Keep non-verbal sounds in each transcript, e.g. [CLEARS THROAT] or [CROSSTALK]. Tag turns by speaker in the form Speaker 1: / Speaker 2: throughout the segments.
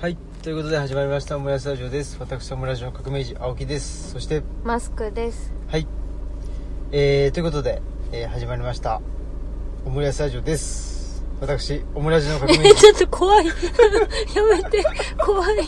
Speaker 1: はいということで始まりましたオムライスラジオです私オムラジオ革命児青木ですそして
Speaker 2: マスクです
Speaker 1: はいえー、ということで、えー、始まりましたオムライスラジオです私オムラジの革
Speaker 2: え
Speaker 1: 命児
Speaker 2: [LAUGHS] ちょっと怖いやめて怖い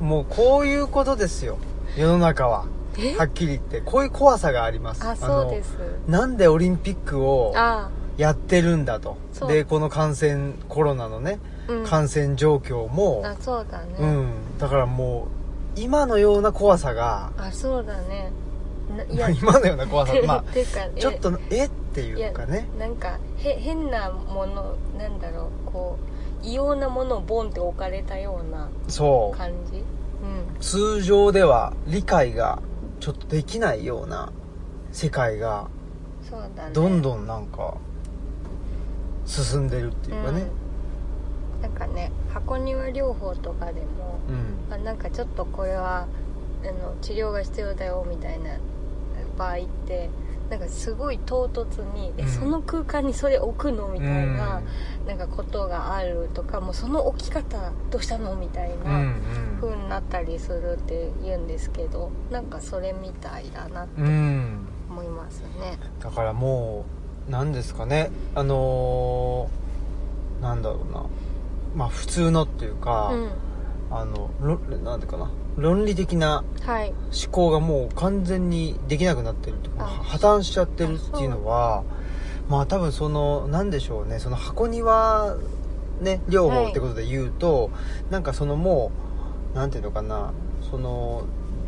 Speaker 1: おもうこういうことですよ世の中は
Speaker 2: え
Speaker 1: はっきり言ってこういう怖さがあります
Speaker 2: あ
Speaker 1: の
Speaker 2: そうです
Speaker 1: なんでオリンピックを
Speaker 2: あ
Speaker 1: やってるんだと
Speaker 2: そう
Speaker 1: でこの感染コロナのね
Speaker 2: うん
Speaker 1: 感染状況も、
Speaker 2: あそうだね、
Speaker 1: うんだからもう今のような怖さが
Speaker 2: あそうだねない
Speaker 1: まあ [LAUGHS] 今のような
Speaker 2: [LAUGHS]
Speaker 1: 怖さま
Speaker 2: ていうか
Speaker 1: あ
Speaker 2: え
Speaker 1: ちょっとえっていうかね
Speaker 2: なんかへ変なものなんだろうこう異様なものをボンって置かれたような
Speaker 1: そ
Speaker 2: 感じうん
Speaker 1: う通常では理解がちょっとできないような世界が
Speaker 2: そうだね
Speaker 1: どん
Speaker 2: ん
Speaker 1: どんなんか進んでるっていうかね
Speaker 2: うん、なんかね箱庭療法とかでも
Speaker 1: うん、
Speaker 2: あなんかちょっとこれはあの治療が必要だよみたいな場合ってなんかすごい唐突に、
Speaker 1: う
Speaker 2: え
Speaker 1: ん
Speaker 2: その空間にそれ置くのみたいな,、なんかことがあるとかもうその置き方どうしたのみたい
Speaker 1: うん
Speaker 2: な風になったりするって言うんですけどなんかそれみたいだなと
Speaker 1: うん、うん
Speaker 2: 思いますね。
Speaker 1: だからもう何ですかねあのー、なんだろうなまあ普通のっていうか、
Speaker 2: うん、
Speaker 1: あのろなんていうかな論理的な
Speaker 2: はい
Speaker 1: 思考がもう完全にできなくなってるとか
Speaker 2: あ
Speaker 1: 破綻しちゃってるっていうのはまあ多分その何でしょうねその箱庭ね療法ってことで言うと、なんかそのもうなんていうのかなその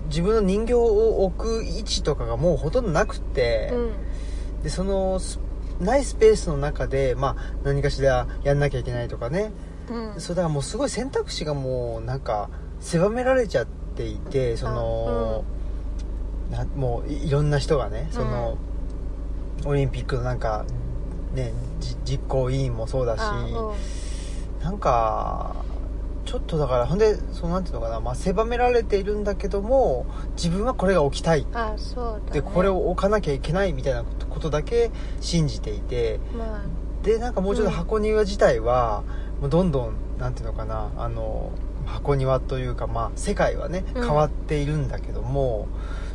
Speaker 1: 自分の人形を置く位置とかがもうほとんどなくて、
Speaker 2: うん
Speaker 1: でそのスないスペースの中で、まあ、何かしらやんなきゃいけないとかね
Speaker 2: うん
Speaker 1: それだからもうすごい選択肢がもうなんか狭められちゃっていてその、なもういいろんな人がねその、オリンピックのなんかねじ実行委員もそうだし、
Speaker 2: あうん
Speaker 1: なんかちょっとだからほんでそのなんていうのかな、まあ、狭められているんだけども自分はこれが起きたい
Speaker 2: あそうだ、ね、
Speaker 1: でこれを置かなきゃいけないみたいなことことだけ信じていて
Speaker 2: まあ
Speaker 1: でなんかもうちょっと箱庭自体は、もうどんどんなんていうのかなあの箱庭というか、まあ、世界はね
Speaker 2: うん
Speaker 1: 変わっているんだけども、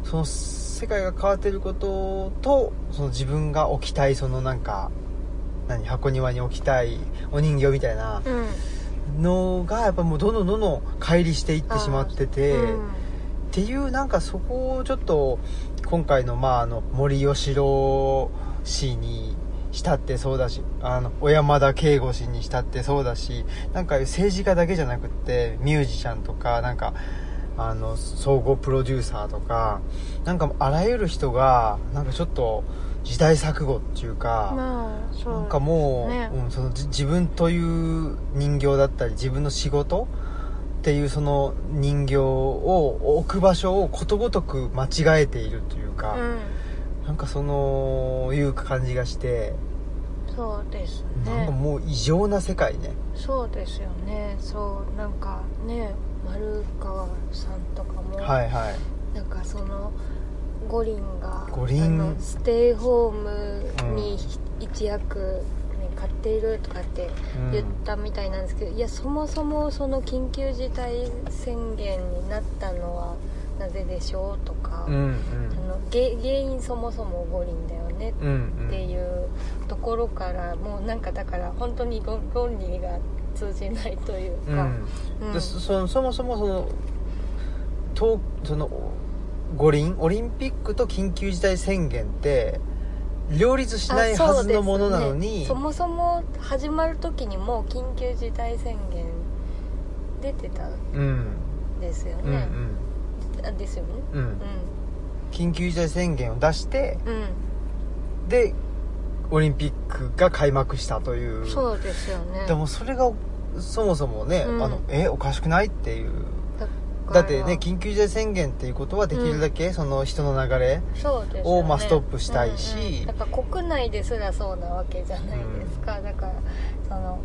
Speaker 1: その世界が変わっていることとその自分が置きたいそのなんか何箱庭に置きたいお人形みたいな
Speaker 2: うん
Speaker 1: のがやっぱもうどんどんどんどん乖離していってしまってて。
Speaker 2: うん
Speaker 1: っていうなんかそこをちょっと今回のまああの森喜朗氏にしたってそうだしあの小山田圭吾氏にしたってそうだしなんか政治家だけじゃなくってミュージシャンとかなんかあの総合プロデューサーとかなんかあらゆる人がなんかちょっと時代錯誤っていうか、
Speaker 2: まあそう
Speaker 1: なんかもう、
Speaker 2: ね
Speaker 1: うん、そのじ自分という人形だったり自分の仕事っていうその人形を置く場所をことごとく間違えているというか、
Speaker 2: う
Speaker 1: なんかそのいう感じがして、
Speaker 2: んそうです
Speaker 1: なんか
Speaker 2: ね
Speaker 1: もう異常な世界ね
Speaker 2: そうですよねそうなんかね丸川さんとかも、
Speaker 1: はいはい
Speaker 2: なんかその五輪が
Speaker 1: 五輪
Speaker 2: あのステイホームに一役、ね買っているとかって
Speaker 1: うん
Speaker 2: 言ったみたいなんですけど、いやそもそもその緊急事態宣言になったのはなぜでしょうとか、
Speaker 1: うんう
Speaker 2: あ
Speaker 1: ん
Speaker 2: のげ原因そもそも五輪だよね
Speaker 1: うんうん
Speaker 2: っていうところからもうなんかだから本当に論論理が通じないという
Speaker 1: う
Speaker 2: か、
Speaker 1: ん
Speaker 2: うん
Speaker 1: でそそそもそもそのとその五輪オリンピックと緊急事態宣言って両立しないはずのものなのに
Speaker 2: あそうですねそもそも始まる時にもう緊急事態宣言出てたん
Speaker 1: うん
Speaker 2: ですよ
Speaker 1: うん
Speaker 2: ね、あですよね
Speaker 1: うんうん緊急事態宣言を出して
Speaker 2: うん、、
Speaker 1: でオリンピックが開幕したといううん
Speaker 2: そうですよね
Speaker 1: でもそれがそもそもね、
Speaker 2: うん
Speaker 1: あのえおかしくないっていう
Speaker 2: だから
Speaker 1: だってね緊急事態宣言っていうことはできるだけその人の流れ、
Speaker 2: そうですよね
Speaker 1: をまあストップしたいし
Speaker 2: うんうんやっぱ国内ですらそうなわけじゃないですか、だからその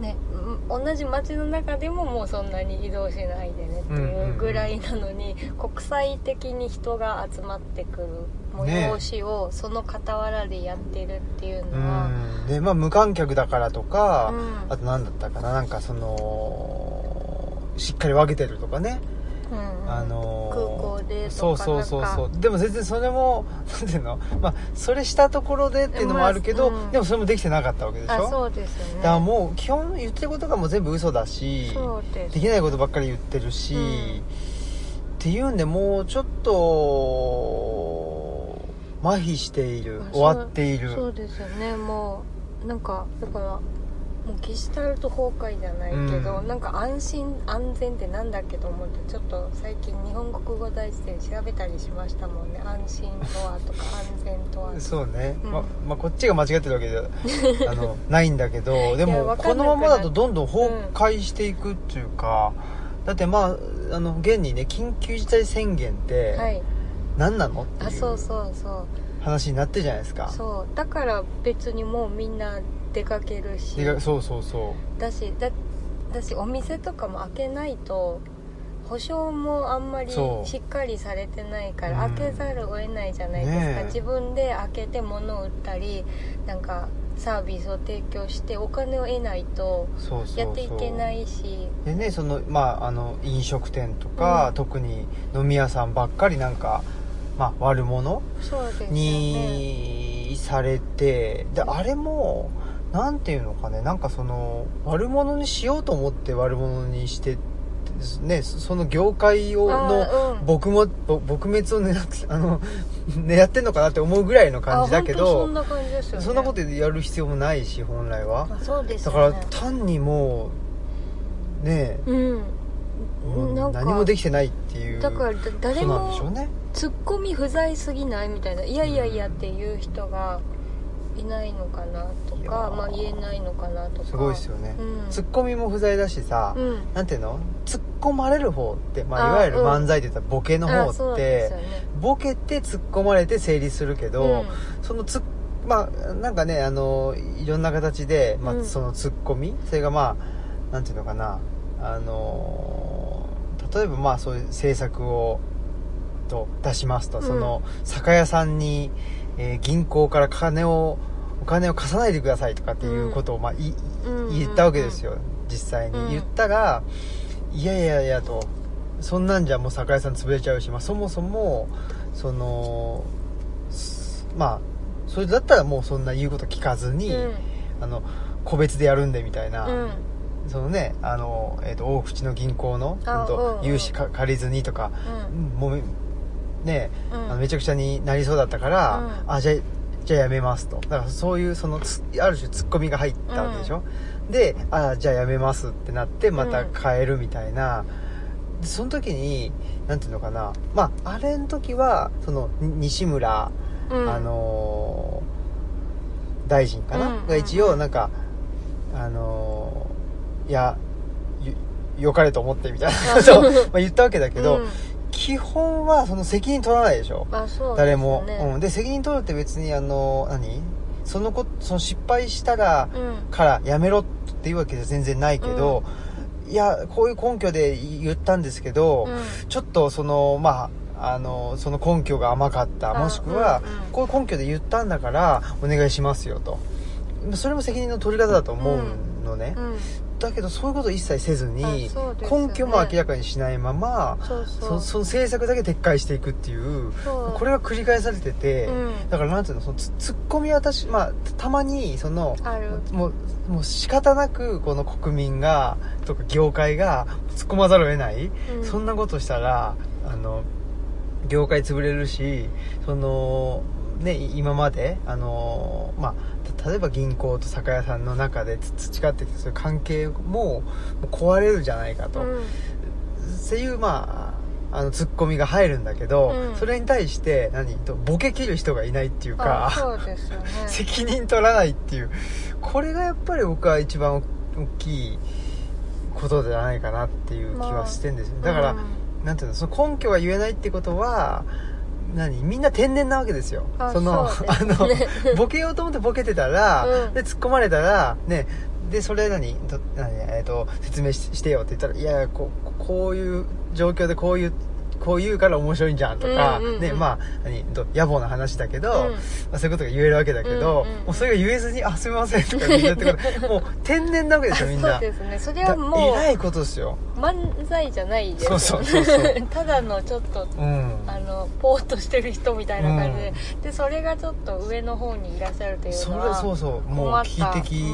Speaker 2: ね、うん同じ町の中でももうそんなに移動しないでねっていうぐらいなのに、国際的に人が集まってくる催しをその傍らでやってるっていうのは、
Speaker 1: うんでまあ無観客だからとか、
Speaker 2: うん
Speaker 1: あと何だったかななんかそのしっかり分けてるとかね、
Speaker 2: うん
Speaker 1: あのー
Speaker 2: 空港でとか
Speaker 1: そうそうそう
Speaker 2: なん
Speaker 1: そ
Speaker 2: か
Speaker 1: うでも全然それも [LAUGHS] なんていうのまあそれしたところでっていうのもあるけど、
Speaker 2: まあうん
Speaker 1: でもそれもできてなかったわけでしょ
Speaker 2: あそうですよね
Speaker 1: だからもう基本言ってることがもう全部嘘だし
Speaker 2: そうです
Speaker 1: できないことばっかり言ってるし、
Speaker 2: うん
Speaker 1: っていうんでもうちょっと麻痺している
Speaker 2: あそう
Speaker 1: 終わっている
Speaker 2: そうですよねもうなんかだからもうゲシュタルト崩壊じゃないけど、
Speaker 1: うん
Speaker 2: なんか安心安全ってなんだっけと思ってちょっと最近日本国語大辞典調べたりしましたもんね安心とはとか安全とはとか
Speaker 1: そうね、
Speaker 2: うん
Speaker 1: ままあこっちが間違ってるわけじ
Speaker 2: [LAUGHS]
Speaker 1: ゃあのないんだけどで
Speaker 2: いや
Speaker 1: も
Speaker 2: わか
Speaker 1: こ
Speaker 2: んな
Speaker 1: の
Speaker 2: くな
Speaker 1: ま
Speaker 2: る
Speaker 1: まだとどんどん崩壊していくっていうか、だってまああの現にね緊急事態宣言っ
Speaker 2: は
Speaker 1: て
Speaker 2: い
Speaker 1: 何なのって
Speaker 2: あ
Speaker 1: い
Speaker 2: そう
Speaker 1: う
Speaker 2: そうそう
Speaker 1: 話になってるじゃないですか
Speaker 2: そうだから別にもうみんな出かけるし
Speaker 1: でがそうそうそ
Speaker 2: だしだだしお店とかも開けないと保証もあんまりし
Speaker 1: そう
Speaker 2: っかりされてないか
Speaker 1: う
Speaker 2: ら
Speaker 1: ん
Speaker 2: 開けざるを得ないじゃないですか、
Speaker 1: ねえ
Speaker 2: 自分で開けて物を売ったりなんかサービスを提供してお金を得ないと
Speaker 1: うそうそうそう
Speaker 2: やっていけないし
Speaker 1: でねそのまああの飲食店とか、
Speaker 2: うん
Speaker 1: 特に飲み屋さんばっかりなんか、まあ、悪者
Speaker 2: そうですよね
Speaker 1: にされてであれもなんていうのかねなんかその悪者にしようと思って悪者にしてねそその業界をの
Speaker 2: あーうん
Speaker 1: 僕もぼ撲滅を狙ってあの [LAUGHS] 狙ってんのかなって思うぐらいの感じだけ
Speaker 2: あ本当そん
Speaker 1: ど
Speaker 2: な感じですよ、ね、
Speaker 1: そんなことやる必要もないし本来は
Speaker 2: あそうです
Speaker 1: だ
Speaker 2: よ、
Speaker 1: か
Speaker 2: ね、
Speaker 1: ら単にもうね
Speaker 2: うんなんか
Speaker 1: 何もできてないっていう
Speaker 2: だからだ誰
Speaker 1: そうなんでしょう
Speaker 2: も
Speaker 1: ね
Speaker 2: ツッコミ不在すぎないみたいないやいやいやっていう人がいないのかなと
Speaker 1: いや
Speaker 2: か
Speaker 1: ー
Speaker 2: まあ言えないのかなとか
Speaker 1: すごいですよね、
Speaker 2: うん
Speaker 1: ツッコミも不在だしさ、
Speaker 2: うん
Speaker 1: なんていうの突っ込まれる方って、まあ、
Speaker 2: あー
Speaker 1: いわゆる
Speaker 2: うん
Speaker 1: 漫才で言ったらボケの
Speaker 2: あそう
Speaker 1: 方
Speaker 2: な
Speaker 1: っ
Speaker 2: んです
Speaker 1: て
Speaker 2: よ、ね
Speaker 1: ボケて突っ込まれて成立するけど、そのつっまあなんかねあのいろんな形で、ま
Speaker 2: う
Speaker 1: あ、
Speaker 2: ん
Speaker 1: その突っ込み、それがまあなんていうのかなあのー例えばまあそういう制作をと出しますと、
Speaker 2: うん
Speaker 1: その酒屋さんに、えー銀行から金をお金を貸さないでくださいとかっていうことを、まあ、い
Speaker 2: うん
Speaker 1: 言ったわけですよ、実際に、
Speaker 2: うん
Speaker 1: 言ったらいやいやいやとそんなんじゃもう酒屋さん潰れちゃうし、まあ、そもそもそのすまあそれだったらもうそんな言うこと聞かず
Speaker 2: う
Speaker 1: に、
Speaker 2: んうん
Speaker 1: あの個別でやるんでみたいな、
Speaker 2: うん
Speaker 1: そのねあの、えー、と大口の銀行の、
Speaker 2: あ
Speaker 1: うんと
Speaker 2: うんうん
Speaker 1: 融資か借りずにとか、もうね
Speaker 2: うん
Speaker 1: あのめちゃくちゃになりそうだったから、
Speaker 2: うん
Speaker 1: あじゃあじゃあやめますとだからそういうそのつある種ツッコミが入ったわけでしょ、であじゃあやめますってなってまた変えるみたいな、でその時になんていうのかなまああれの時はそのに西村、
Speaker 2: うん
Speaker 1: あのー大臣かな、
Speaker 2: うん
Speaker 1: が一応なんかあのーいやよよかれと思ってみたいな [LAUGHS] ことをまあ言ったわけだけど、
Speaker 2: うん
Speaker 1: 基本はその責任取らないでしょ
Speaker 2: あそうですね
Speaker 1: 誰もうん、で責任取るって別にあの何そのこその失敗したら
Speaker 2: うん
Speaker 1: からやめろっていうわけじゃ全然ないけど、いやこういう根拠で言ったんですけど、
Speaker 2: うん
Speaker 1: ちょっとそのまああのその根拠が甘かった
Speaker 2: あ
Speaker 1: もしくは、
Speaker 2: うんうん
Speaker 1: こういう根拠で言ったんだからお願いしますよとそれも責任の取り方だと思うのね、
Speaker 2: うん
Speaker 1: だけどそういうことを一切せずに、
Speaker 2: あそうですよね
Speaker 1: 根拠も明らかにしないまま
Speaker 2: そうそ
Speaker 1: そうその政策だけ撤回していくっていう
Speaker 2: そう
Speaker 1: これが繰り返されてて、
Speaker 2: うん
Speaker 1: だからなんていうのそのツツッコミは私、まあ、たたまにその
Speaker 2: ある
Speaker 1: もうもう仕方なくこの国民がとか業界が突っ込まざるを得ない、
Speaker 2: うん
Speaker 1: そんなことしたらあの業界潰れるしその、ね、い今まであの、まあ、た例えば銀行と酒屋さんの中でつ培ってきたそういう関係ももう壊れるじゃないかと。
Speaker 2: うん
Speaker 1: っていうまああのツッコミが入るんだけど、
Speaker 2: うん
Speaker 1: それに対して何とボケ切る人がいないっていう
Speaker 2: あ
Speaker 1: か
Speaker 2: そうですよね
Speaker 1: [LAUGHS] 責任取らないっていうこれがやっぱり僕は一番大きいことじゃないかなっていう気はしてんですよ、ねだから、
Speaker 2: うん
Speaker 1: なんていうのその根拠が言えないってことは何みんな天然なわけですよ
Speaker 2: あ
Speaker 1: その
Speaker 2: そう
Speaker 1: あ
Speaker 2: ですね
Speaker 1: の
Speaker 2: [LAUGHS]
Speaker 1: ボケようと思ってボケてたら、
Speaker 2: うん
Speaker 1: で突っ込まれたらねでそれ何と何、えー、と説明ししてよって言ったら「いやいやここういう状況でこういうこう言うから面白いんじゃん」とか、
Speaker 2: うんうんうん
Speaker 1: ねまあ何と野暮な話だけど、
Speaker 2: うん
Speaker 1: まあ、そういうことが言えるわけだけど、
Speaker 2: うんうんうん
Speaker 1: もうそれが言えずに「あすみません」とか言ってく
Speaker 2: [LAUGHS]
Speaker 1: るもう天然なわけですよみん
Speaker 2: そう
Speaker 1: な。
Speaker 2: ですねそれ
Speaker 1: だ
Speaker 2: はも
Speaker 1: 偉いことですよ。
Speaker 2: う漫才じゃないです
Speaker 1: そうそうそうそう
Speaker 2: [LAUGHS] ただのちょっと
Speaker 1: うん。
Speaker 2: あのポーっとしてる人みたいな感じで,、でそれがちょっと上の方にいらっしゃるという
Speaker 1: そ
Speaker 2: の
Speaker 1: れ
Speaker 2: は
Speaker 1: そうそうも
Speaker 2: 困
Speaker 1: う
Speaker 2: っ
Speaker 1: 危機
Speaker 2: た
Speaker 1: 的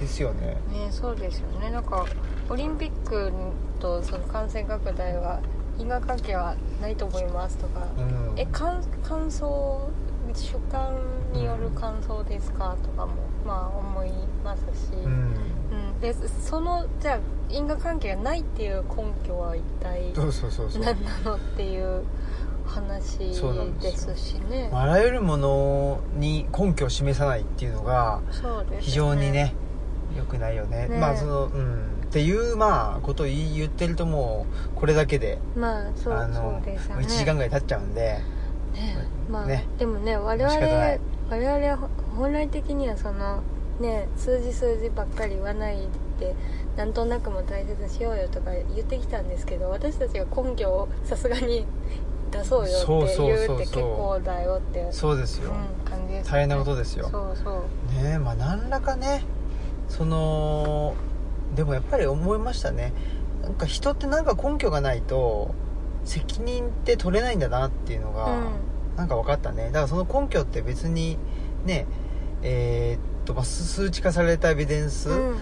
Speaker 1: ですよね。
Speaker 2: うんねそうですよねなんかオリンピックとその感染拡大は因果関係はないと思いますとか、
Speaker 1: うん。
Speaker 2: え感感想主観による感想ですかとかもまあ思いますし、
Speaker 1: う
Speaker 2: うん
Speaker 1: ん。
Speaker 2: でそのじゃあ因果関係がないっていう根拠は一体
Speaker 1: そうそうそうそう。
Speaker 2: 何なのっていう話
Speaker 1: そうなんで
Speaker 2: です
Speaker 1: よ
Speaker 2: すしね
Speaker 1: あらゆるものに根拠を示さないっていうのが
Speaker 2: そうですね
Speaker 1: 非常にね良くないよね
Speaker 2: ね
Speaker 1: まあそのうんっていうまあことを言い言ってるともうこれだけで
Speaker 2: まあそう
Speaker 1: あの
Speaker 2: そうですよ
Speaker 1: 1
Speaker 2: ね
Speaker 1: 時間ぐらい経っちゃうんで
Speaker 2: ねまあ、
Speaker 1: ね
Speaker 2: でもね我
Speaker 1: 仕方な
Speaker 2: 々
Speaker 1: い
Speaker 2: 我々本来的にはそのね数字数字ばっかり言わないでなんとなくも大切にしようよとか言ってきたんですけど私たちが根拠をさすがに出そうよ
Speaker 1: そう
Speaker 2: って
Speaker 1: そう
Speaker 2: 言
Speaker 1: そうそう
Speaker 2: うって結構だよって
Speaker 1: そうです
Speaker 2: う
Speaker 1: よ
Speaker 2: ん、感じです、
Speaker 1: 大変なことですよ
Speaker 2: そうそう
Speaker 1: ねまあ何らかねそのでもやっぱり思いましたねなんか人ってなんか根拠がないと責任って取れないんだなっていうのが、なんか分かったねだからその根拠って別にねえーっと、まあ、数数値化されたエビデン
Speaker 2: うんうん
Speaker 1: ス
Speaker 2: うん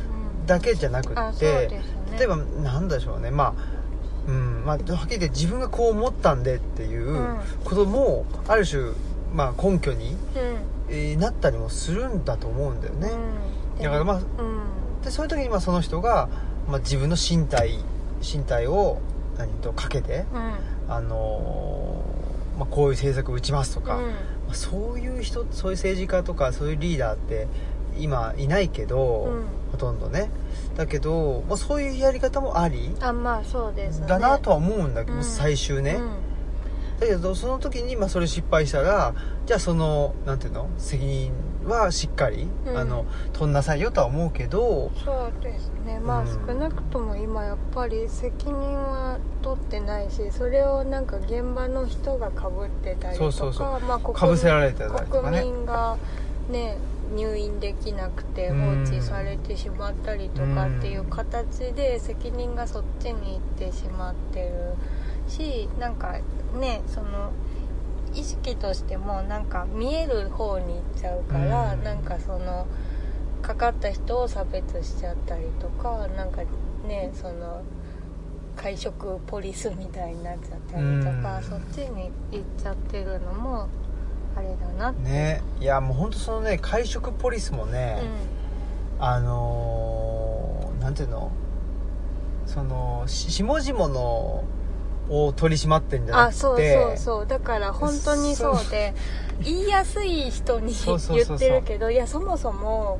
Speaker 1: だけじゃなく
Speaker 2: あ
Speaker 1: っ
Speaker 2: そう
Speaker 1: て、
Speaker 2: ですよね
Speaker 1: 例えばなんでしょうねまあうんまあはっきり言って自分がこう思ったんでっていうんこともある種、まあ、根拠に、
Speaker 2: うん
Speaker 1: えーなったりもするんだと思うんだよね、
Speaker 2: うん
Speaker 1: だからまあ
Speaker 2: うん
Speaker 1: でそういう時にまあその人が、まあ、自分の身体身体を何とかけて、
Speaker 2: うん
Speaker 1: あのーまあ、こういう政策を打ちますとか、
Speaker 2: うん
Speaker 1: まあそういう人そういう政治家とかそういうリーダーって今いないけど、
Speaker 2: うん
Speaker 1: ほとんどねだけど、まあ、そういうやり方もあり
Speaker 2: あまあそうですね
Speaker 1: だなとは思うんだけど、
Speaker 2: うん
Speaker 1: 最終ね、
Speaker 2: うん
Speaker 1: だけどその時に、まあ、それ失敗したらじゃあそのなんていうの責任はしっかり、
Speaker 2: うん
Speaker 1: あの取んなさいよとは思うけど
Speaker 2: そうですねまあ、
Speaker 1: うん
Speaker 2: 少なくとも今やっぱり責任は取ってないしそれをなんか現場の人がかぶってたりとか
Speaker 1: そうそうそう
Speaker 2: まあ、国
Speaker 1: かぶせられてたりとか
Speaker 2: 国
Speaker 1: ね
Speaker 2: 民がね入院できなくて
Speaker 1: うん
Speaker 2: 放置されてしまったりとか
Speaker 1: うん
Speaker 2: っていう形で責任がそっちに行ってしまってるしなんかねその意識としてもなんか見える方に行っちゃうから、
Speaker 1: うん
Speaker 2: なんかそのかかった人を差別しちゃったりとかなんかねその会食ポリスみたいになっちゃったりとか、
Speaker 1: うん
Speaker 2: そっちに行っちゃってるのもあれだなって、
Speaker 1: ねいやもう本当そのね会食ポリスも
Speaker 2: う
Speaker 1: ね、
Speaker 2: ん、
Speaker 1: あのーなんていうのそのし下々のを取り締まってんじゃなく
Speaker 2: あ
Speaker 1: て
Speaker 2: そうそうそうだから本当にそうで言いやすい人に
Speaker 1: そうそうそうそ
Speaker 2: 言
Speaker 1: う
Speaker 2: ってるけどいやそもそも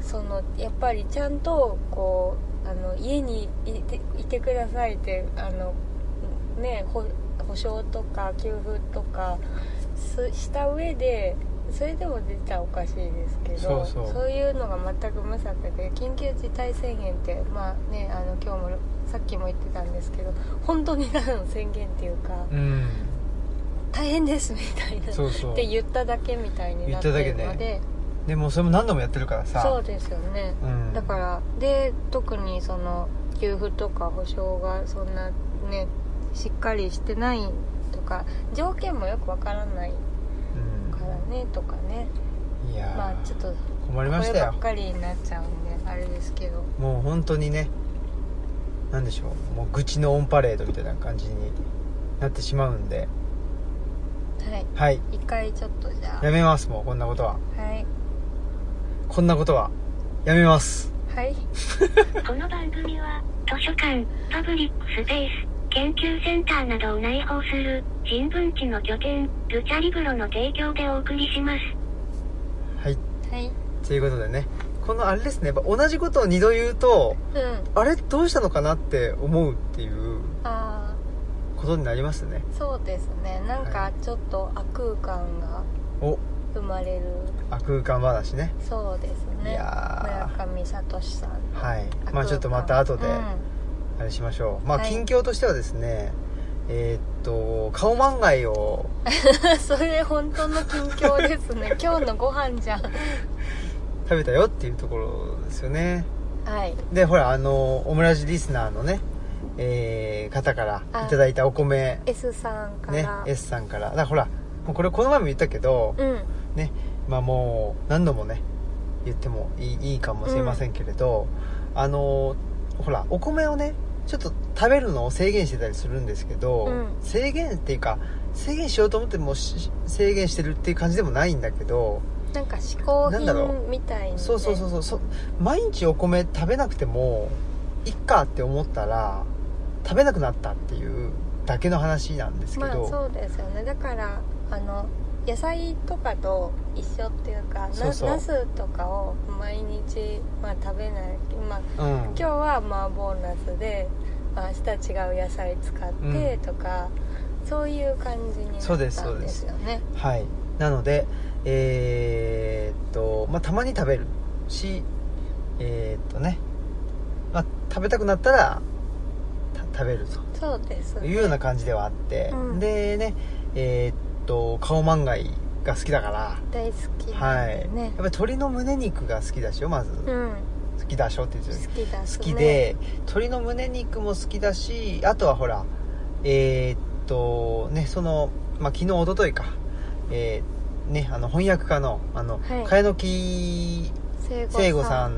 Speaker 2: そのやっぱりちゃんとこうあの家にいていてくださいってあのねほ保証とか給付とかすした上でそれでも出ちゃおかしいですけど
Speaker 1: そうそう
Speaker 2: いうのが全く無策で緊急事態宣言ってまあねあの今日もさっきも言ってたんですけど本当にただの宣言っていうか
Speaker 1: うん
Speaker 2: 大変ですみたいな
Speaker 1: そうそう
Speaker 2: って言っただけみたいになって
Speaker 1: 言
Speaker 2: る
Speaker 1: っただ
Speaker 2: の
Speaker 1: けね
Speaker 2: で
Speaker 1: でもそれも何度もやってるからさ
Speaker 2: そうですよね
Speaker 1: うん、
Speaker 2: だからで特にその給付とか保証がそんなねしっかりしてないとか条件もよくわからない
Speaker 1: うん
Speaker 2: からねとかね
Speaker 1: いやー、
Speaker 2: まあちょっとこ
Speaker 1: 困りまし
Speaker 2: れ
Speaker 1: た
Speaker 2: ば
Speaker 1: よ
Speaker 2: っかりになっちゃうんであれですけど
Speaker 1: もう本当にねなんでしょうもう愚痴のオンパレードみたいな感じになってしまうんで
Speaker 2: はい
Speaker 1: はい
Speaker 2: 一回ちょっとじゃ
Speaker 1: やめますもうこんなことは
Speaker 2: あはい
Speaker 1: こんなことはやめます
Speaker 2: はい
Speaker 3: この番組は図書館パブリックスペース研究センターなどを内包する新聞地の拠点ルチャリブロの提供でお送りします
Speaker 1: はい
Speaker 2: はい
Speaker 1: ということでねこのあれですねやっぱ同じことを二度言うと
Speaker 2: うん
Speaker 1: あれどうしたのかなって思うっていう
Speaker 2: ああ
Speaker 1: ことになりますね
Speaker 2: そうですねなん
Speaker 1: は
Speaker 2: かちょっと悪空間が
Speaker 1: お
Speaker 2: 生まれる
Speaker 1: あ空間話ね
Speaker 2: そうですね
Speaker 1: いや
Speaker 2: 村上聡さんの
Speaker 1: はい
Speaker 2: 悪
Speaker 1: まあちょっとまた後で
Speaker 2: うん [LAUGHS]
Speaker 1: あれしましょう、まあ
Speaker 2: はい
Speaker 1: 近況としてはですねえーっと顔漫画を
Speaker 2: それ本当の近況です
Speaker 1: [LAUGHS]
Speaker 2: ね今日のご飯じゃん
Speaker 1: 食べたよっていうところですよね
Speaker 2: はい
Speaker 1: でほらあのオムラジリスナーのね、えー方からいただいたお米
Speaker 2: S さんか
Speaker 1: ね
Speaker 2: ら、
Speaker 1: S さんからだからほらもうこれこの前も言ったけど、
Speaker 2: うん
Speaker 1: ねまあもう何度もね言ってもいいいいかもしれませんけれど、あのほらお米をねちょっと食べるのを制限してたりするんですけど、
Speaker 2: うん
Speaker 1: 制限っていうか制限しようと思ってもし制限してるっていう感じでもないんだけど、
Speaker 2: なんか嗜好
Speaker 1: なんだろう
Speaker 2: 品みたいに、ね、
Speaker 1: そうそうそうそうそ毎日お米食べなくてもいっかって思ったら食べなくなったっていうだけの話なんですけ
Speaker 2: まあ
Speaker 1: ど、
Speaker 2: そうですよねだからあの野菜とかと一緒っていうかな
Speaker 1: そうそう
Speaker 2: ナスとかを毎日、まあ、食べない、まあ、
Speaker 1: うん
Speaker 2: 今日は麻婆ナスで、まあ、明日違う野菜使ってとか、そういう感じになった
Speaker 1: そ
Speaker 2: ん
Speaker 1: うで
Speaker 2: ですすよね
Speaker 1: はいなのでえーっとまあたまに食べるしえーっとね、まあ、食べたくなったらた食べる
Speaker 2: そうです
Speaker 1: というような感じではあって、
Speaker 2: うん
Speaker 1: でねえーっと顔漫画が好きだから
Speaker 2: 大好きな
Speaker 1: は
Speaker 2: んで
Speaker 1: い、や
Speaker 2: ね
Speaker 1: っ、ぱり鶏の胸肉が好きだしよまず、
Speaker 2: うん
Speaker 1: 好きだしょって言ってる
Speaker 2: 好きだ
Speaker 1: 好きで鶏の胸肉も好きだしあとはほらえーっとねその、まあ、昨日一昨日かえーねあの翻訳家のあの、
Speaker 2: はい
Speaker 1: 茅野木
Speaker 2: 聖子
Speaker 1: 聖子さん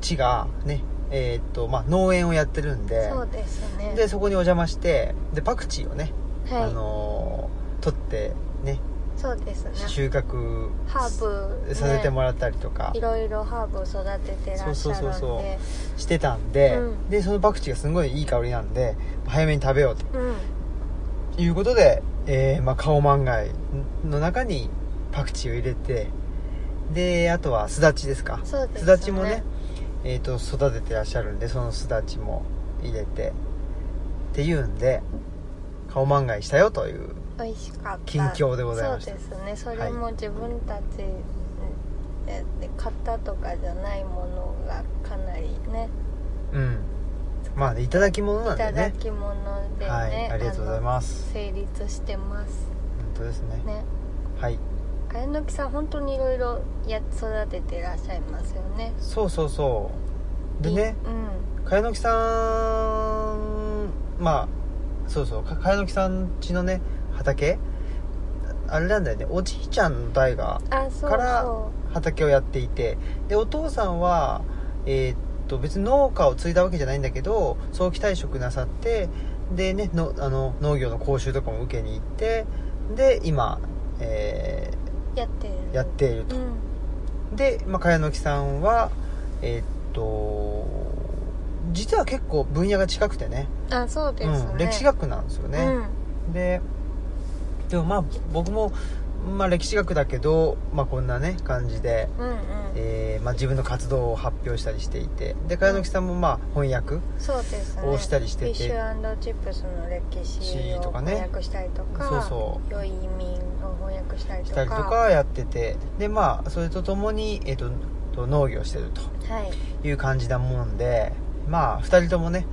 Speaker 1: ちがねえーっとまあ農園をやってるんで
Speaker 2: そうですね
Speaker 1: でそこにお邪魔してでパクチーをね、
Speaker 2: はい、
Speaker 1: あのー取ってね
Speaker 2: そうですね
Speaker 1: 収穫
Speaker 2: ハーブ
Speaker 1: させてもらったりとか
Speaker 2: いろいろハーブを育ててらっし
Speaker 1: そう
Speaker 2: ゃ
Speaker 1: そうそ
Speaker 2: る
Speaker 1: うんそ
Speaker 2: で
Speaker 1: してたんで、
Speaker 2: うん
Speaker 1: でそのパクチーがすごいいい香りなんで早めに食べようと
Speaker 2: うん
Speaker 1: いうことで、えーまあ、カオマンガイの中にパクチーを入れてであとはすだちですか
Speaker 2: そうですね
Speaker 1: すだちもね、えー、と育ててらっしゃるんでそのすだちも入れてっていうんでカオマンガイしたよという
Speaker 2: 美味しかった
Speaker 1: 近況でございました
Speaker 2: そうですねそれも自分たちでで買ったとかじゃないものがかなりね
Speaker 1: うんまあねいただき物ないん
Speaker 2: た
Speaker 1: で
Speaker 2: だ
Speaker 1: ね
Speaker 2: き物でね、
Speaker 1: はいありがとうございます
Speaker 2: あの成立してます
Speaker 1: 本当ですね
Speaker 2: ね
Speaker 1: はい
Speaker 2: 綾乃木さん本当にいろいろや育ててらっしゃいますよね
Speaker 1: そうそうそうでね、
Speaker 2: いうん
Speaker 1: 茅野木さんまあそうそうか茅野木さん家のね畑あれなんだよねおじいちゃんの代が
Speaker 2: あそう
Speaker 1: から
Speaker 2: そ
Speaker 1: 畑をやっていてでお父さんはえーっと別に農家を継いだわけじゃないんだけど早期退職なさってでねのあの農業の講習とかも受けに行ってで今、え
Speaker 2: うやってる
Speaker 1: ーやっていると
Speaker 2: う、ん
Speaker 1: で、まあ、茅野木さんはえーっと実は結構分野が近くてね
Speaker 2: あそうですね、
Speaker 1: うん、歴史学なんですよね、ででもまあ僕も、まあ、歴史学だけど、まあ、こんなね感じで、
Speaker 2: うん、うんうん
Speaker 1: えーまあ、自分の活動を発表したりしていてで茅野木さんもまあ翻訳
Speaker 2: そうですね
Speaker 1: をしたりしてて
Speaker 2: フィッシュチップスの歴史
Speaker 1: と
Speaker 2: を
Speaker 1: かね
Speaker 2: 翻訳したりとか
Speaker 1: そうそ
Speaker 2: 良い移民を翻訳したり
Speaker 1: う
Speaker 2: と
Speaker 1: し
Speaker 2: か
Speaker 1: たりとかやっててでまあそれとともに、えー、とと農業してる
Speaker 2: はい
Speaker 1: という感じなもんでまあ2人ともね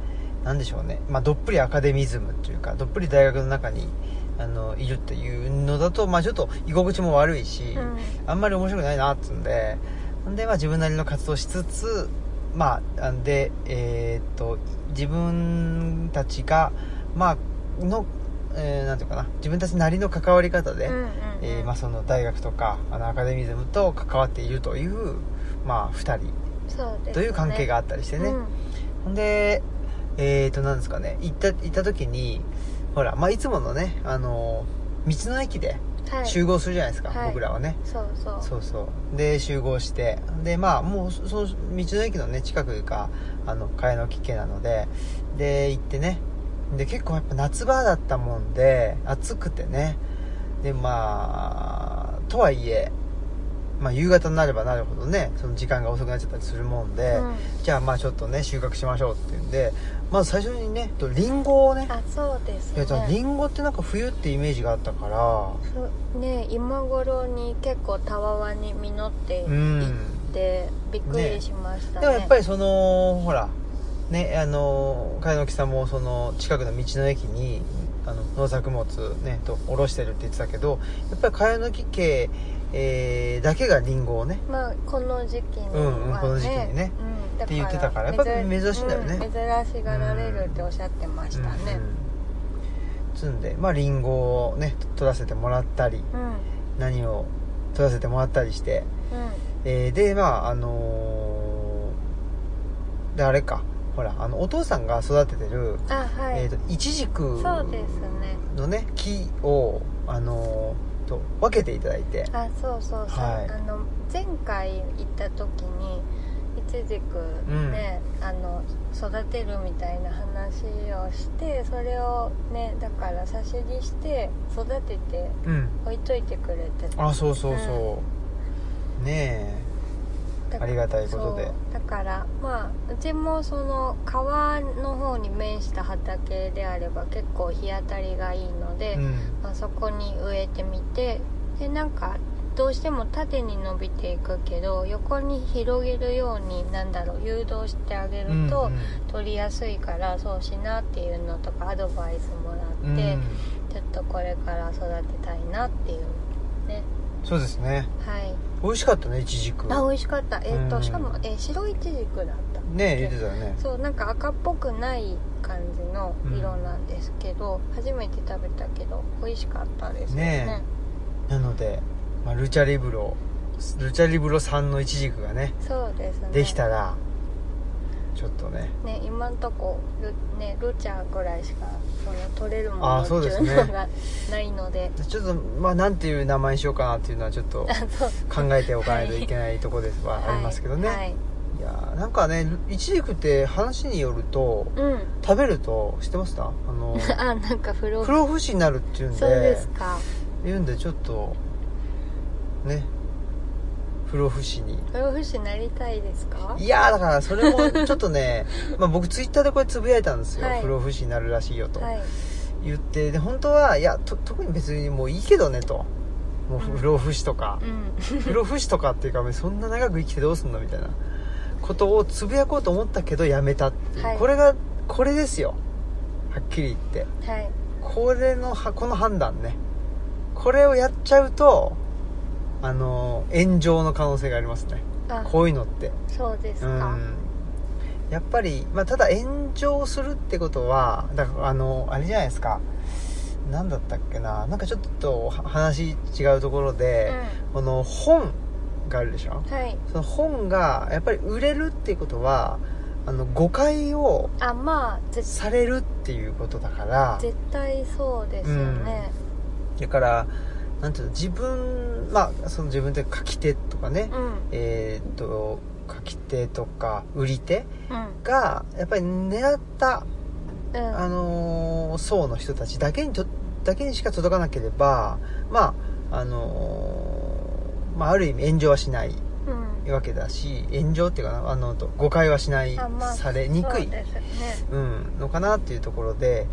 Speaker 1: なんでしょうね、まあ、どっぷりアカデミズムというかどっぷり大学の中にあのいるっていうのだと、まあ、ちょっと居心地も悪いし、
Speaker 2: うん
Speaker 1: あんまり面白くないなっつうんでほんで、まあ、自分なりの活動をしつつまああんでえーっと自分たちがまあの、えーなんていうかな自分たちなりの関わり方で、
Speaker 2: うんうんうん
Speaker 1: えーまあ、その大学とかあのアカデミズムと関わっているという、まあ、2人
Speaker 2: そうですね
Speaker 1: という関係があったりしてね、
Speaker 2: うん
Speaker 1: ほんでえーっとなんですかね行った行った時にほら、まあ、いつものねあの道の駅で
Speaker 2: はい
Speaker 1: 集合するじゃないですか、
Speaker 2: はい
Speaker 1: 僕らはね、
Speaker 2: そうそう
Speaker 1: そうそうで集合してでまあもうそその道の駅のね近くがあの茅野木家なのでで行ってねで結構やっぱ夏場だったもんで暑くてねでまあとはいえまあ、夕方になればなるほどねその時間が遅くなっちゃったりするもんで、
Speaker 2: うん
Speaker 1: じゃあまあちょっとね収穫しましょうっていうんでまず最初にねとリンゴをね
Speaker 2: あそうです
Speaker 1: いやじゃあリ
Speaker 2: ね
Speaker 1: ンゴってなんか冬ってイメージがあったから
Speaker 2: ふね今頃に結構たわわに実って
Speaker 1: う
Speaker 2: いっ
Speaker 1: ん
Speaker 2: て、びっくりしましたね
Speaker 1: でもやっぱりそのほらねあの茅野木さんもその近くの道の駅にあの農作物ねとおろしてるって言ってたけどやっぱり茅野木家、えーだけがリンゴをね
Speaker 2: まあこの時期にはね、
Speaker 1: うんうんこの時期にね
Speaker 2: うんだ
Speaker 1: って言ってたからやっぱり珍しいんだよね
Speaker 2: うん珍しがられるっておっしゃってましたね
Speaker 1: うん積んでまあリンゴをね取らせてもらったり
Speaker 2: うんうん、
Speaker 1: 何を取らせてもらったりして、えーでまああのーであれかほらあのお父さんが育ててる、
Speaker 2: あはい、
Speaker 1: えー、とイチジク
Speaker 2: そうですね
Speaker 1: のね木をあのーと分けていただいて
Speaker 2: あそうそうそう、
Speaker 1: はい
Speaker 2: あの前回行った時にいちじくね、あの育てるみたいな話をしてそれをねだから差し木して育てて
Speaker 1: うん
Speaker 2: 置いといてくれてた
Speaker 1: あそうそうそう、ね
Speaker 2: だから
Speaker 1: ありがたいことで
Speaker 2: そうだからまあうちもその川の方に面した畑であれば結構日当たりがいいので、
Speaker 1: えうん
Speaker 2: まあ、そこに植えてみてでなんかどうしても縦に伸びていくけど横に広げるようになんだろう誘導してあげると、
Speaker 1: うん
Speaker 2: 取りやすいからそうしなっていうのとかアドバイスもら
Speaker 1: うん
Speaker 2: って、ちょっとこれから育てたいなっていうね
Speaker 1: そうですね
Speaker 2: はい
Speaker 1: 美味しかったねイチジク
Speaker 2: あ美味しかったえっ、と、
Speaker 1: うん
Speaker 2: しかも、え白いちじくだった
Speaker 1: ねえ言ってたよね
Speaker 2: そうなんか赤っぽくない感じの色なんですけど、初めて食べたけど美味しかったですね
Speaker 1: ねなので、まあ、ルチャリブロルチャリブロさんのイチジクがね
Speaker 2: そうですね
Speaker 1: できたらちょっとね
Speaker 2: ね今んとこル,、ね、ルチャーぐらいしかその取れるも
Speaker 1: あ
Speaker 2: の
Speaker 1: ー
Speaker 2: って
Speaker 1: そうですね
Speaker 2: いうのがないので
Speaker 1: ちょっとまあなんていう名前にしようかなっていうのはちょっと
Speaker 2: [LAUGHS] あそう
Speaker 1: 考えておかないといけないとこです [LAUGHS] はありますけどね、
Speaker 2: はいい、
Speaker 1: やーなんかねイチジクって話によると
Speaker 2: うん
Speaker 1: 食べると知ってましたあの
Speaker 2: [LAUGHS] あなんか風呂
Speaker 1: 不老不死になるっていうんで
Speaker 2: そうですか
Speaker 1: 言うんでちょっとね不老不死に
Speaker 2: 不老不死になりたいですか
Speaker 1: いやーだからそれもちょっと
Speaker 2: [LAUGHS]
Speaker 1: ねまあ僕ツイッターでこれつぶやいたんですよ、
Speaker 2: はい
Speaker 1: 不老不死になるらしいよと
Speaker 2: はい
Speaker 1: 言って、で本当はいやと特に別にもういいけどねともう
Speaker 2: うん
Speaker 1: 不老不死とか
Speaker 2: うん
Speaker 1: 不老不死とかっていうかそんな長く生きてどうすんのみたいなことをつぶやこうと思ったけどやめたっていう、
Speaker 2: はい
Speaker 1: これがこれですよはっきり言って
Speaker 2: はい
Speaker 1: これのはこの判断ねこれをやっちゃうとあの炎上の可能性がありますね
Speaker 2: あ
Speaker 1: こういうのって
Speaker 2: そうです
Speaker 1: う
Speaker 2: か
Speaker 1: んやっぱり、まあ、ただ炎上するってことはだからあのあれじゃないですか何だったっけななんかちょっとは話違うところ
Speaker 2: うん
Speaker 1: で、この本があるでしょ
Speaker 2: はい
Speaker 1: その本がやっぱり売れるっていうことはあの誤解を
Speaker 2: あまあぜ
Speaker 1: されるっていうことだから
Speaker 2: 絶対そうですよね
Speaker 1: だからなんていうの自分まあその自分で書き手とかね、
Speaker 2: うん
Speaker 1: えーっと書き手とか売り手
Speaker 2: うん
Speaker 1: がやっぱり狙った、
Speaker 2: うん
Speaker 1: あのー層の人たちだけにとだけにしか届かなければまああのーまあ、ある意味炎上はしない
Speaker 2: うん
Speaker 1: わけだし炎上っていうかなあのと誤解はしない、
Speaker 2: あまあ
Speaker 1: されにくい
Speaker 2: そうですね
Speaker 1: うん、のかなっていうところで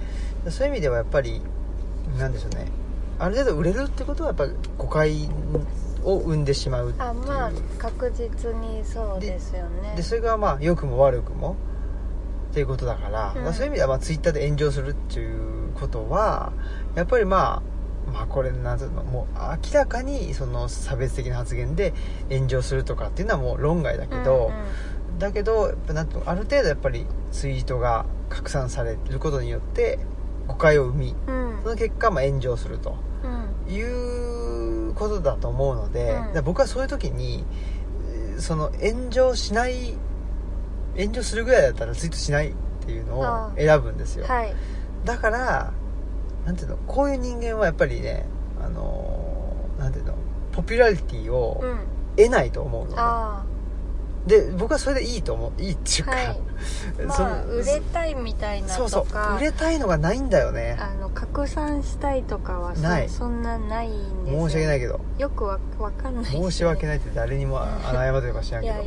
Speaker 1: そういう意味ではやっぱりなんでしょうねある程度売れるってことはやっぱり誤解を生んでしまうっていう
Speaker 2: あまあ確実にそうですよね
Speaker 1: でそれがまあ良くも悪くもっていうことだから、
Speaker 2: うん
Speaker 1: まあそういう意味ではまあツイッターで炎上するっていうことはやっぱりまあまあこれなんつうのもう明らかにその差別的な発言で炎上するとかっていうのはもう論外だけど、
Speaker 2: う
Speaker 1: だけどやっぱなんとある程度やっぱりツイートが拡散されることによって誤解を生み
Speaker 2: んうん
Speaker 1: その結果まあ炎上すると
Speaker 2: うん
Speaker 1: いうことだと思うので、
Speaker 2: うん
Speaker 1: だから僕はそういう時にえーその炎上しない炎上するぐらいだったらツイートしないっていうのを
Speaker 2: ああ
Speaker 1: 選ぶんですよ、
Speaker 2: はい
Speaker 1: だからなんていうのこういう人間はやっぱりねあのーなんていうのポピュラリティを
Speaker 2: うん
Speaker 1: 得ないと思うので、
Speaker 2: あ
Speaker 1: で僕はそれでいいと思ういいっていうか、 [LAUGHS]
Speaker 2: はいま
Speaker 1: そ
Speaker 2: あ
Speaker 1: の
Speaker 2: 売れたいみたいな
Speaker 1: そう
Speaker 2: と
Speaker 1: そう
Speaker 2: か
Speaker 1: 売れたいのがないんだよね
Speaker 2: あの拡散したいとかはそ
Speaker 1: ない
Speaker 2: そんなないんですよ
Speaker 1: 申し訳ないけど
Speaker 2: よくわわかんない
Speaker 1: 申し訳
Speaker 2: ない
Speaker 1: ないって誰にも [LAUGHS] あ謝るとかしない
Speaker 2: い
Speaker 1: け
Speaker 2: や、
Speaker 1: ど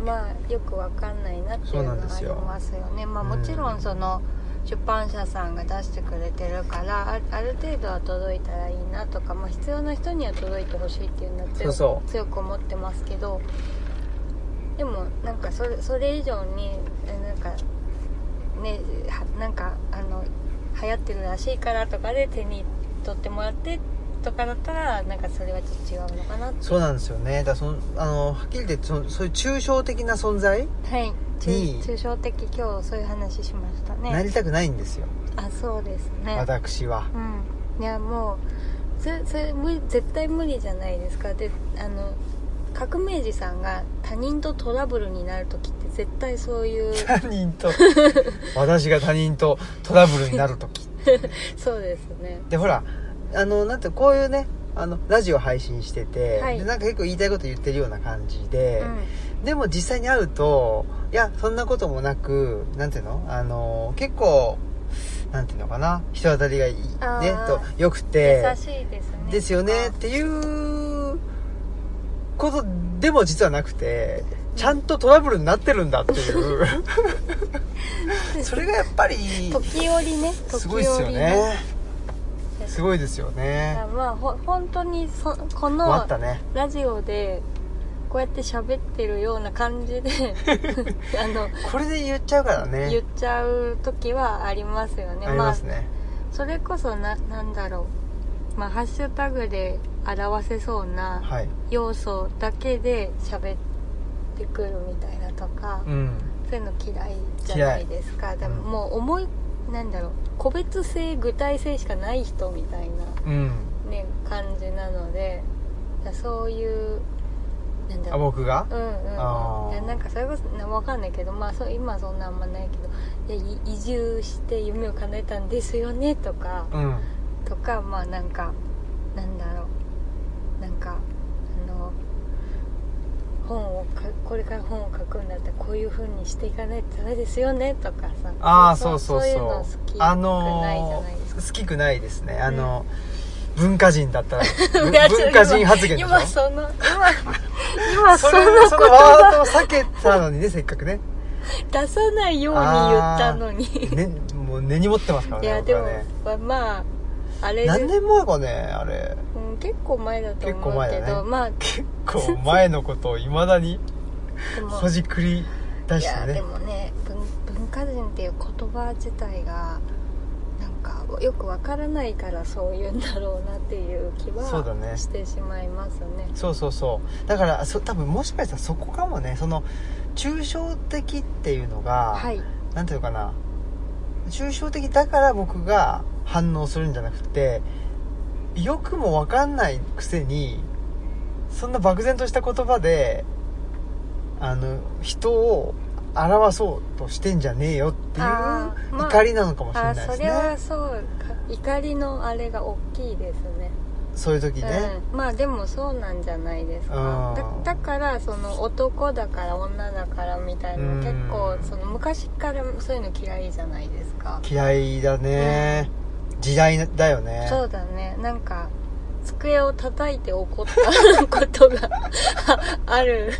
Speaker 2: うん、まあよくわかんないなっていうのはありますよねまあ
Speaker 1: うん
Speaker 2: もちろんその出版社さんが出してくれてるからあある程度は届いたらいいなとか、まあ、必要な人には届いてほしいっていうのは強く
Speaker 1: そうそ
Speaker 2: 強く思ってますけどでもなんかそれそれ以上にえなんかねはなんかあの流行ってるらしいからとかで手に取ってもらってとかだったらなんかそれはちょっと違うのかなって
Speaker 1: そうなんですよねだからそのあのはっきり言ってそのそういう抽象的な存在、
Speaker 2: はい
Speaker 1: に
Speaker 2: 抽抽象的今日そういう話しました
Speaker 1: な
Speaker 2: ね
Speaker 1: りたくないんですよ、
Speaker 2: あそうですね
Speaker 1: 私
Speaker 2: [LAUGHS]
Speaker 1: は
Speaker 2: うんいやもうそれそれ無理絶対無理じゃないですかであの革命児さんが他人とトラブルになる時って絶対そ
Speaker 1: [LAUGHS]
Speaker 2: ういう
Speaker 1: 他人と私が他人とトラブルになる時
Speaker 2: そうですね
Speaker 1: でほらあのなんてこういうねあのラジオ配信してて、
Speaker 2: はい
Speaker 1: でなんか結構言いたいこと言ってるような感じで
Speaker 2: う、ん
Speaker 1: でも実際に会うといやそんなこともなくなんていうのあの結構なんていうのかな人当たりがいい
Speaker 2: あ
Speaker 1: ね
Speaker 2: ー
Speaker 1: と良くて
Speaker 2: 優しいですね
Speaker 1: ですよねっていうことでも実はなくてちゃんとトラブルになってるんだっていう
Speaker 2: [LAUGHS]
Speaker 1: それがやっぱり
Speaker 2: あ時折ね時折
Speaker 1: すごいですよねすごいですよ
Speaker 2: いや
Speaker 1: ね
Speaker 2: まあほ本当にそこ
Speaker 1: 終わ
Speaker 2: の
Speaker 1: ったね
Speaker 2: ラジオでこうやって喋ってるような感
Speaker 1: [LAUGHS]
Speaker 2: じであの
Speaker 1: これで言っちゃうから
Speaker 2: 言っ
Speaker 1: ね
Speaker 2: ちゃう時はありますよね
Speaker 1: ありますね、
Speaker 2: あそれこそななんだろうまあハッシュタグで表せそうな
Speaker 1: はい
Speaker 2: 要素だけで喋ってくるみたいなとか、
Speaker 1: うん
Speaker 2: そういうの嫌いじゃないですかでももう思いなんだろう個別性具体性しかない人みたいな
Speaker 1: うん
Speaker 2: ね感じなのでだそういうなんだ
Speaker 1: あ
Speaker 2: ろう
Speaker 1: 僕が
Speaker 2: うんうん
Speaker 1: あ
Speaker 2: うん
Speaker 1: ー
Speaker 2: いやなんかそれこそなわかんないけどまあそう今はそんなあんまないけどいやい移住して夢を叶えたんですよねとか
Speaker 1: うん
Speaker 2: とかまあなんかなんだろうなんかあの本をかこれから本を書くんだったらこういう風にしていかないとダメですよねとかさ
Speaker 1: ああそうそうそう
Speaker 2: そういうの好きく
Speaker 1: あ
Speaker 2: ないじゃ
Speaker 1: の
Speaker 2: ないですか、
Speaker 1: ー好きくないですねあの、文化人だった
Speaker 2: [LAUGHS]
Speaker 1: らぶ
Speaker 2: いやちょ
Speaker 1: 文化人発言でしょ
Speaker 2: 今今その今今そ
Speaker 1: そ
Speaker 2: の
Speaker 1: れ
Speaker 2: こ
Speaker 1: そ
Speaker 2: と
Speaker 1: のワードを避けたのに
Speaker 2: [LAUGHS]
Speaker 1: ねせっかくね
Speaker 2: 出さないように言ったのに
Speaker 1: ねもう根に持ってますから
Speaker 2: い
Speaker 1: ね
Speaker 2: やで
Speaker 1: 僕
Speaker 2: も、
Speaker 1: はね
Speaker 2: まああれで
Speaker 1: 何年前かねあれ
Speaker 2: うん、結構前だと
Speaker 1: 結構
Speaker 2: 思う
Speaker 1: 前
Speaker 2: け
Speaker 1: だね
Speaker 2: ど、まあ
Speaker 1: 結構前のことをいまだ
Speaker 2: [LAUGHS]
Speaker 1: に
Speaker 2: でも
Speaker 1: ほじくり出
Speaker 2: い
Speaker 1: して
Speaker 2: や
Speaker 1: ね
Speaker 2: でもね文文化人っていう言葉自体がなんかよくわからないからそういうんだろうなっていう気
Speaker 1: そうだね
Speaker 2: はしてしまいますね
Speaker 1: そうそうそうだからそ多分もしかしたらそこかもねその抽象的っていうのが、
Speaker 2: はい
Speaker 1: なんていうのかな抽象的だから僕が反応するんじゃなくてよくもわかんないくせにそんな漠然とした言葉であの人を表そうとしてんじゃねえよっていう
Speaker 2: あーまあ
Speaker 1: 怒りなのかもしれな
Speaker 2: あ
Speaker 1: いで
Speaker 2: そ
Speaker 1: す
Speaker 2: り
Speaker 1: ね、
Speaker 2: ゃそうか怒りのあれが大きいですね
Speaker 1: そういう時ね、
Speaker 2: うん、まあでもそうなんじゃないです
Speaker 1: う
Speaker 2: か
Speaker 1: ん
Speaker 2: だだからその男だから女だからみたいな
Speaker 1: うん
Speaker 2: 結構その昔からそういうの嫌いじゃないですか
Speaker 1: 嫌いだね、時代だよね
Speaker 2: そうだねなんか机を叩いて怒ったことが [LAUGHS] ある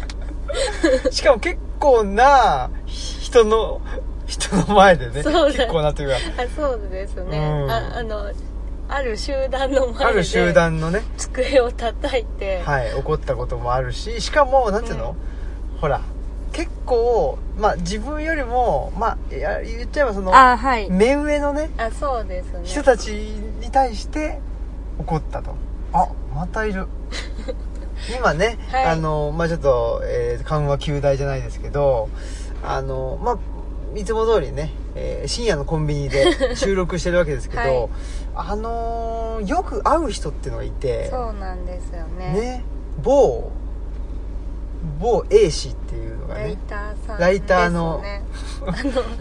Speaker 1: しかも結構な人の人の前でね
Speaker 2: そうだね
Speaker 1: 結構なというか
Speaker 2: あそうですね、
Speaker 1: うん
Speaker 2: ああのある集団の
Speaker 1: あ
Speaker 2: 前
Speaker 1: る集
Speaker 2: で
Speaker 1: 団のね
Speaker 2: 机を叩いて、
Speaker 1: はい、怒ったこともあるししかもなんていうの、ほら結構、まあ、自分よりも、まあ、いや言っちゃえばその
Speaker 2: あはい
Speaker 1: 目上のね
Speaker 2: あそうですね
Speaker 1: 人たちに対して怒ったとあまた
Speaker 2: [LAUGHS]
Speaker 1: いる今ね、
Speaker 2: はい
Speaker 1: あのまあちょっと、えー緩和球大じゃないですけどあのまあいつも通りね、えー深夜のコンビニで収録してるわけですけど、
Speaker 2: [LAUGHS] はい
Speaker 1: あのーよく会う人っていうのがいて
Speaker 2: そうなんですよね
Speaker 1: ね某某 A 氏っていうのが
Speaker 2: ライ
Speaker 1: ね
Speaker 2: ターさんです、ね、
Speaker 1: ライターの
Speaker 2: あ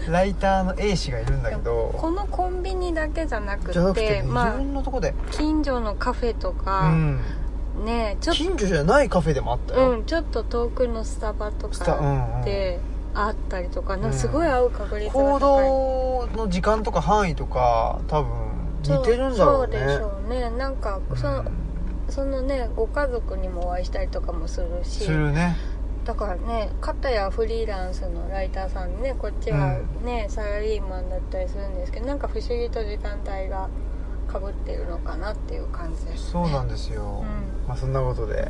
Speaker 2: の
Speaker 1: ライターの A 氏がいるんだけど
Speaker 2: このコンビニだけじゃなくて
Speaker 1: じゃなくてね、
Speaker 2: ま
Speaker 1: い
Speaker 2: あ
Speaker 1: ろんなとこで、
Speaker 2: 近所のカフェと
Speaker 1: う
Speaker 2: か、
Speaker 1: ん
Speaker 2: ねちょっ
Speaker 1: 近所じゃないカフェでもあった
Speaker 2: と、
Speaker 1: よ、
Speaker 2: うん、ちょっと遠くのスタバと
Speaker 1: スタう
Speaker 2: か
Speaker 1: んうん
Speaker 2: であったりとか
Speaker 1: う
Speaker 2: なん
Speaker 1: ん
Speaker 2: かすごい合う確率が
Speaker 1: 行
Speaker 2: 高い、
Speaker 1: 動の時間とか範囲とか多分似てるんだろうね
Speaker 2: そうそうでしょうねなんかそのそのねご家族にもお会いしたりとかもするし
Speaker 1: するね
Speaker 2: だからね片やフリーランスのライターさんねこっちはね、サラリーマンだったりするんですけどなんか不思議と時間帯がかぶってるのかなっていう感じです
Speaker 1: そうなんですよ、
Speaker 2: うん
Speaker 1: まあそんなことで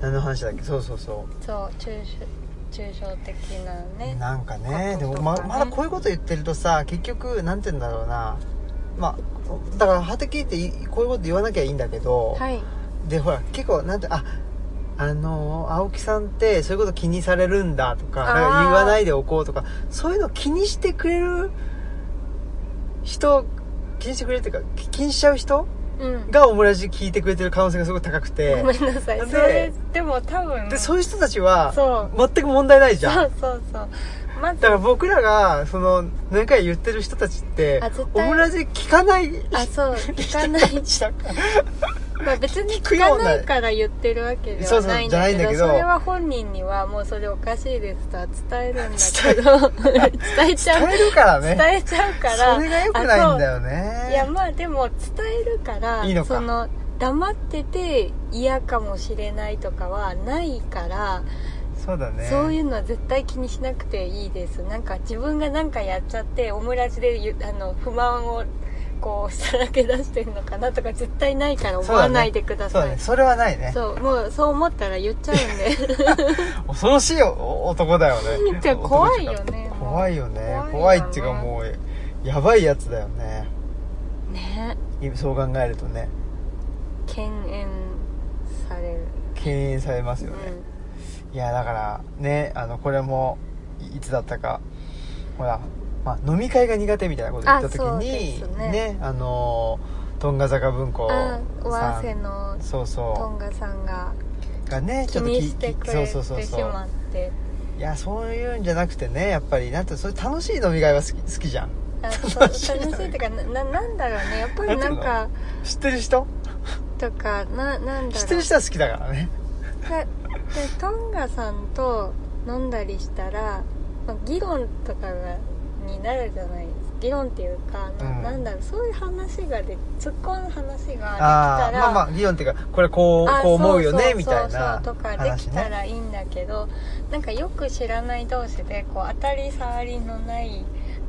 Speaker 1: 何の話だっけそうそうそ
Speaker 2: そう抽象抽象的な
Speaker 1: う、
Speaker 2: ね
Speaker 1: なんか
Speaker 2: こ
Speaker 1: ね
Speaker 2: と
Speaker 1: でも
Speaker 2: と
Speaker 1: ま
Speaker 2: かね
Speaker 1: まだこういうこと言ってるとさ結局なんて言うんだろうなまあだからはてきっていこういうこと言わなきゃいいんだけど、
Speaker 2: はい
Speaker 1: でほら結構なんてああのー青木さんってそういうこと気にされるんだとか
Speaker 2: あー
Speaker 1: なんか言わないでおこうとかそういうの気にしてくれる人気にしてくれるっていうかき気にしちゃう人
Speaker 2: うん
Speaker 1: がオムラジ聞いてくれてる可能性がすごく高くて
Speaker 2: ごめんなさい
Speaker 1: で
Speaker 2: それでも多分
Speaker 1: でそういう人たちは
Speaker 2: そう
Speaker 1: 全く問題ないじゃ
Speaker 2: そ
Speaker 1: ん
Speaker 2: うそうそうまず
Speaker 1: だから僕らがその何回言ってる人たちって
Speaker 2: あ絶
Speaker 1: オ
Speaker 2: 対
Speaker 1: ムラジ聞かない
Speaker 2: あ
Speaker 1: [LAUGHS]
Speaker 2: そう聞かない
Speaker 1: 人たちだから
Speaker 2: まあ別に
Speaker 1: 聞く
Speaker 2: 聞
Speaker 1: よ
Speaker 2: か
Speaker 1: うな
Speaker 2: ないから言ってるわけで
Speaker 1: そう
Speaker 2: は
Speaker 1: そう
Speaker 2: ないん
Speaker 1: じゃ
Speaker 2: だ
Speaker 1: ないん
Speaker 2: け
Speaker 1: だ
Speaker 2: ど
Speaker 1: けど
Speaker 2: それは本人にはもうそれおかしいですとは伝えるんだけど [LAUGHS] 伝えちゃう
Speaker 1: [LAUGHS] 伝えるからね
Speaker 2: 伝えちゃうから
Speaker 1: それが良くないんだ
Speaker 2: あ
Speaker 1: よね
Speaker 2: そういやまあでも伝えるから
Speaker 1: いいのか
Speaker 2: その黙ってて嫌かもしれないとかはないから、
Speaker 1: そうだね
Speaker 2: そういうのは絶対気にしなくていいですなんか自分が何かやっちゃってオムラジでゆあの不満をこうさらけ出してるのかなとか絶対ないから思わないでくだ
Speaker 1: そう
Speaker 2: さ
Speaker 1: だ
Speaker 2: い
Speaker 1: ねそれはないね
Speaker 2: そうもうそう思ったら言っちゃうんで
Speaker 1: 恐ろしいよお男だよね
Speaker 2: じゃあ怖いよね
Speaker 1: 男っていうか怖いよね怖い
Speaker 2: 怖いよね
Speaker 1: っていうかもうやばいやつだよね [LAUGHS]
Speaker 2: ね
Speaker 1: 今そう考えるとね
Speaker 2: 敬遠される、
Speaker 1: 敬遠されます
Speaker 2: う
Speaker 1: よ
Speaker 2: ん
Speaker 1: ね、いやだからねあのこれもいいつだったかほら、まあ、飲み会が苦手みたいなこと言った時
Speaker 2: あそう
Speaker 1: に
Speaker 2: ですね
Speaker 1: あのとんが坂文庫
Speaker 2: あ
Speaker 1: さん
Speaker 2: おわせの
Speaker 1: そう
Speaker 2: トン
Speaker 1: そ
Speaker 2: ガさんが
Speaker 1: うがねち
Speaker 2: 気
Speaker 1: ょっと
Speaker 2: にしてくれてし
Speaker 1: そうそうそうそう
Speaker 2: まって
Speaker 1: いやそういうんじゃなくてねやっぱりなんてそういう楽しい飲み会は好き好きじゃん
Speaker 2: あそう楽しいってかなななんだろうねやっぱりなん
Speaker 1: な
Speaker 2: か
Speaker 1: 知ってる人
Speaker 2: とかななんだ
Speaker 1: 知って
Speaker 2: ろう
Speaker 1: る人は好きだからね
Speaker 2: ででトンガさんと飲んだりしたら、まあ、議論とかがになるじゃないですか議論っていうかな,、
Speaker 1: うん
Speaker 2: ん、なんだろうそういう話がで突っ込む話ができた
Speaker 1: ああ
Speaker 2: ら
Speaker 1: ーまあまあ議論っていうかこれこう
Speaker 2: あ
Speaker 1: こう思うよね
Speaker 2: そ
Speaker 1: み
Speaker 2: そ
Speaker 1: た
Speaker 2: そ
Speaker 1: いうな
Speaker 2: とかで
Speaker 1: 話
Speaker 2: きた
Speaker 1: ね
Speaker 2: らいいんだけど、なんかよく知らない同士でこう当たり障りのない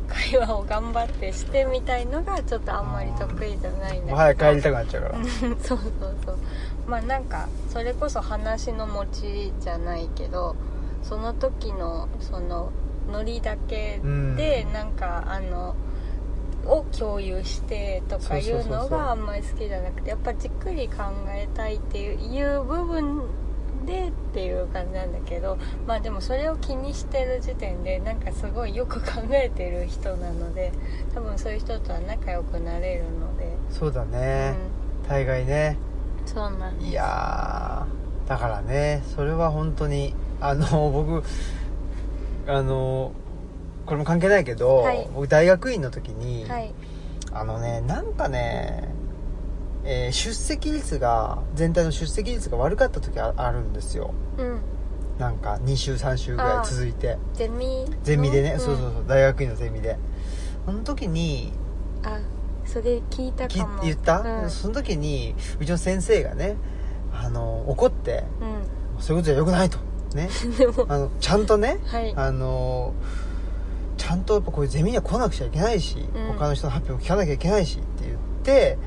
Speaker 2: 会話を頑張ってしてみたいのがちょっとあんまり得意じゃないんだけ
Speaker 1: も
Speaker 2: ど
Speaker 1: う早く帰りたくなっちゃうから
Speaker 2: [LAUGHS] そうそうそうまあなんかそれこそ話の持ちじゃないけどその時のそのノリだけで
Speaker 1: うん
Speaker 2: なんかあの、を共有してとかい
Speaker 1: そう
Speaker 2: う
Speaker 1: そうそう
Speaker 2: の
Speaker 1: そう
Speaker 2: があんまり好きじゃなくてやっぱじっくり考えたいっていういう部分でっていう感じなんだけどまあでもそれを気にしてる時点でなんかすごいよく考えてる人なので多分そういう人とは仲良くなれるので、
Speaker 1: そうだ
Speaker 2: う
Speaker 1: ね、
Speaker 2: ん、
Speaker 1: 大概ね
Speaker 2: そうなんです
Speaker 1: いやーだからねそれは本当にあの [LAUGHS] 僕あのこれも関係ないけど、
Speaker 2: はい
Speaker 1: 僕大学院の時に、
Speaker 2: はい
Speaker 1: あのねなんかね、えー出席率が全体の出席率が悪かった時ああるんですよ
Speaker 2: うん
Speaker 1: なんか2週3週ぐらい続いて
Speaker 2: ゼミの
Speaker 1: ゼミでね、
Speaker 2: ん
Speaker 1: そうそうそう大学院のゼミであの時に
Speaker 2: あそれ聞いた
Speaker 1: き
Speaker 2: かも
Speaker 1: 言った、
Speaker 2: うん、うん、
Speaker 1: その時にうちの先生がねあの怒ってそういうことじゃ良くないとね
Speaker 2: でも
Speaker 1: あのちゃんとね
Speaker 2: はい
Speaker 1: あのちゃんとやっぱこういうゼミには来なくちゃいけないし、
Speaker 2: うん
Speaker 1: 他の人の発表も聞かなきゃいけないしって言って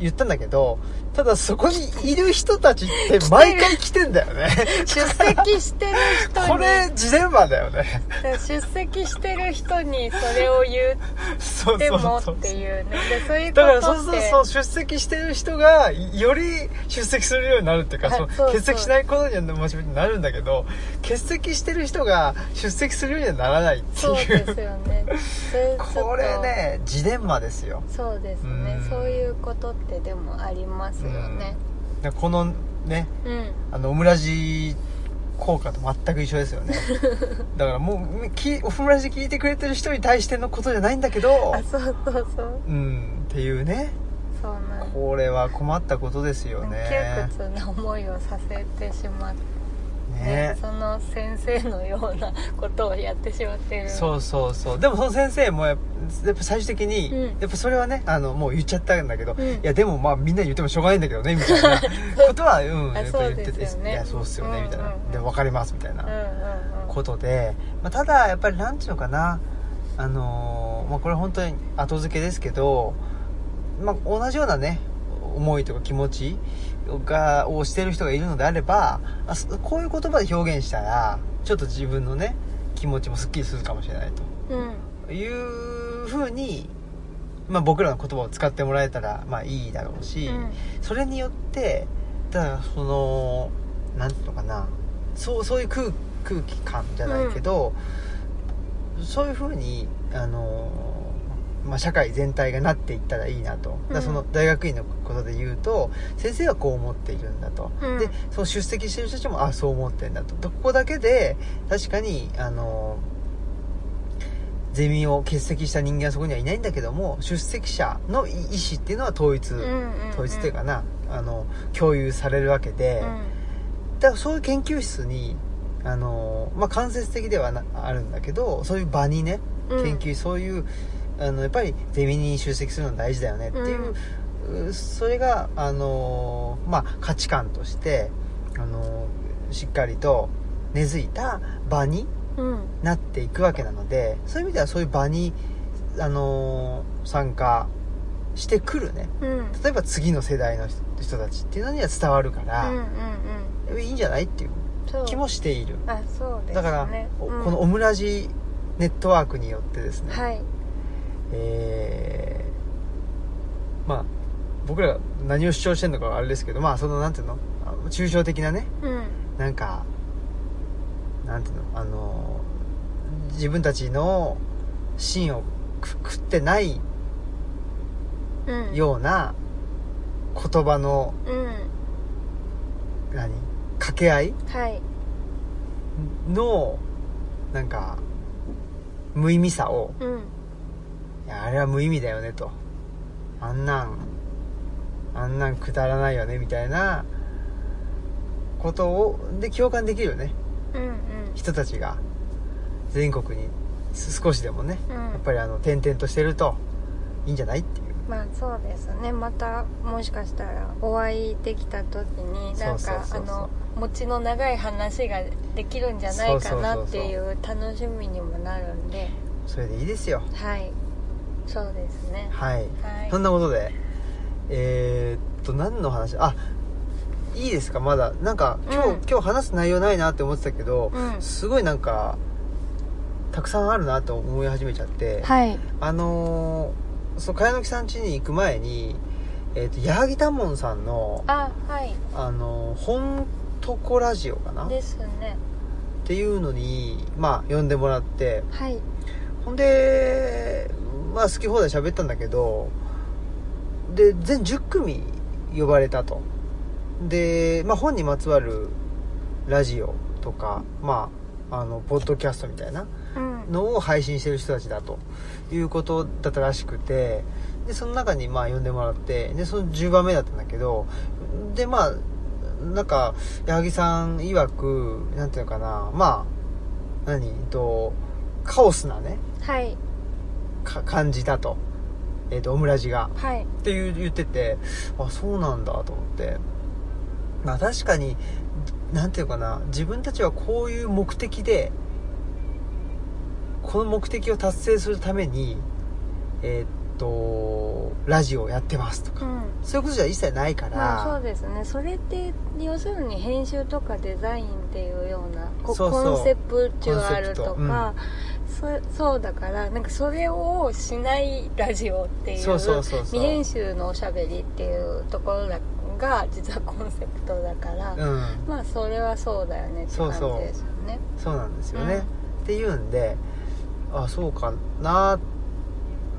Speaker 1: 言ったんだけどただそこにいる人たちって毎回来てんだよね
Speaker 2: 出席してる人
Speaker 1: [LAUGHS]
Speaker 2: に
Speaker 1: これ事前話だよね
Speaker 2: 出席してる人にそれを言
Speaker 1: そう
Speaker 2: って
Speaker 1: そう
Speaker 2: も
Speaker 1: そう
Speaker 2: っていうねでそういうこ
Speaker 1: だからそう
Speaker 2: とっ
Speaker 1: そう
Speaker 2: て
Speaker 1: そう出席してる人がより出席するようになるっていうか
Speaker 2: はい
Speaker 1: そう
Speaker 2: そうそう
Speaker 1: 欠席しないことには真面目になるんだけど欠席してる人が出席するようにはならないって
Speaker 2: そう
Speaker 1: いう
Speaker 2: ですよねそれちょっと
Speaker 1: これねジレンマですよ
Speaker 2: そうですね
Speaker 1: うん
Speaker 2: そういうことってでもありますよね
Speaker 1: でこのね
Speaker 2: うん
Speaker 1: あのオムラジ効果と全く一緒ですよ
Speaker 2: [LAUGHS]
Speaker 1: ねだからもうきオムラジ聞いてくれてる人に対してのことじゃないんだけど
Speaker 2: あそうそうそう
Speaker 1: うんっていうね
Speaker 2: そうなんです
Speaker 1: これは困ったことですよね
Speaker 2: 窮屈な思いをさせてしまって、
Speaker 1: ね
Speaker 2: その先生のようなことをやってしまってる
Speaker 1: そうそうそうでもその先生もやっぱやっぱ最終的に、
Speaker 2: うん
Speaker 1: やっぱそれはねあのもう言っちゃったんだけど、
Speaker 2: うん
Speaker 1: いやでもまあみんなに言ってもしょうがないんだけどねみたいなことはうん
Speaker 2: [LAUGHS] あ
Speaker 1: やっぱり言ってて
Speaker 2: そうですよね
Speaker 1: いやそうっすよね、みたいな
Speaker 2: うんうんうん
Speaker 1: で分かりますみたいな、
Speaker 2: うんうんうん
Speaker 1: ことで、まあ、ただやっぱりなんていうのかなあのーまあ、これ本当に後付けですけど、まあ、同じようなね思いとか気持ちがをしてる人がいるのであればあすこういう言葉で表現したらちょっと自分のね気持ちもすっきりするかもしれない
Speaker 2: うん
Speaker 1: というふうに、まあ、僕らの言葉を使ってもらえたらまあいいだろうし、
Speaker 2: うん
Speaker 1: それによってだからそのなんていうのかなそうそういう空空気感じゃないけど、そういうふうにあの、まあ、社会全体がなっていったらいいなとだからその
Speaker 2: う
Speaker 1: 大学院のことで言うと先生はこう思っているんだと、
Speaker 2: うん
Speaker 1: でその出席してる人たちもあそう思ってんだとでここだけで確かにあのゼミを欠席した人間はそこにはいないんだけども出席者の意思っていうのは統一、
Speaker 2: うん
Speaker 1: 統一というかな、あの共有されるわけで、だからそういう研究室にあの、まあ、間接的ではなあるんだけどそういう場にね
Speaker 2: うん
Speaker 1: 研究、そういうあのやっぱりゼミに出席するの大事だよねっていう、うそれがあの、まあ、価値観としてあのしっかりと根付いた場に
Speaker 2: うんうん
Speaker 1: なっていくわけなのでそういう意味ではそういう場にあの参加してくるね
Speaker 2: うんうん
Speaker 1: 例えば次の世代の人人たちっていうのには伝わるから、
Speaker 2: うんうん
Speaker 1: いいんじゃないっていう
Speaker 2: そう
Speaker 1: 気もしている、
Speaker 2: あそうですね
Speaker 1: だから、お
Speaker 2: うん
Speaker 1: このオムラジネットワークによってですね、
Speaker 2: はい
Speaker 1: えーまあ僕らが何を主張してるのかはあれですけどまあそのなんていうのあ抽象的なね
Speaker 2: うん
Speaker 1: なんかなんていうのあの自分たちの芯をく食ってない
Speaker 2: うん
Speaker 1: ような言葉の
Speaker 2: うん
Speaker 1: 何掛け合い
Speaker 2: はい
Speaker 1: のなんか無意味さを
Speaker 2: うん
Speaker 1: いやあれは無意味だよねとあんなんあんなんくだらないよねみたいなことをで共感できるよね
Speaker 2: うん
Speaker 1: 人たちが全国にす少しでもね
Speaker 2: うんうん
Speaker 1: やっぱりあの転々としてるといいんじゃないっていう
Speaker 2: まあそうですねまたもしかしたらお会いできた時になん
Speaker 1: そうそう
Speaker 2: か
Speaker 1: そうそ
Speaker 2: あ
Speaker 1: う
Speaker 2: の持ちの長い話ができるんじゃないかなっていう楽しみにもなるんで
Speaker 1: それでいいですよ
Speaker 2: はいそうですね
Speaker 1: はい、
Speaker 2: はい
Speaker 1: そんなことでえーっと何の話あいいですかまだなんか今日、
Speaker 2: うん
Speaker 1: 今日話す内容ないなって思ってたけど、
Speaker 2: うん
Speaker 1: すごいなんかたくさんあるなと思い始めちゃって、
Speaker 2: はい
Speaker 1: あのー、その茅野木さん家に行く前に、えー、と矢作多門さんの
Speaker 2: あはい
Speaker 1: 「あのー、ほんとこラジオ」かなっ
Speaker 2: ですね
Speaker 1: ていうのにまあ呼んでもらって
Speaker 2: はい
Speaker 1: ほんでまあ好き放題喋ったんだけどで全10組呼ばれたとで、まあ、本にまつわるラジオとかまああのポッドキャストみたいな
Speaker 2: うん
Speaker 1: のを配信してる人たちだということだったらしくてでその中にまあ呼んでもらってでその10番目だったんだけどでまあなんか矢作さん曰くなんていうのかなまあ何えっとカオスなね
Speaker 2: はい
Speaker 1: か感じだと,、えっとオムラジが
Speaker 2: はい
Speaker 1: っていう言っててあそうなんだと思ってまあ確かになんていうかな自分たちはこういう目的でこの目的を達成するためにえーっとラジオをやってますとか
Speaker 2: うん
Speaker 1: そういうことじゃ一切ないか
Speaker 2: まあ、そう
Speaker 1: ら
Speaker 2: ですねそれって要するに編集とかデザインっていうようなこう
Speaker 1: そうそう
Speaker 2: コンセプチュアルと
Speaker 1: コン
Speaker 2: か、そそうだからなんかそれをしないラジオっていう
Speaker 1: そうそうそうそう
Speaker 2: 未編集のおしゃべりっていうところだが実はコンセプトだから、
Speaker 1: うん
Speaker 2: まあそれはそうだよねって
Speaker 1: そ
Speaker 2: 感
Speaker 1: う
Speaker 2: じ
Speaker 1: そう
Speaker 2: ですよね
Speaker 1: そうなんですよね、
Speaker 2: うん
Speaker 1: っていうんであそうかな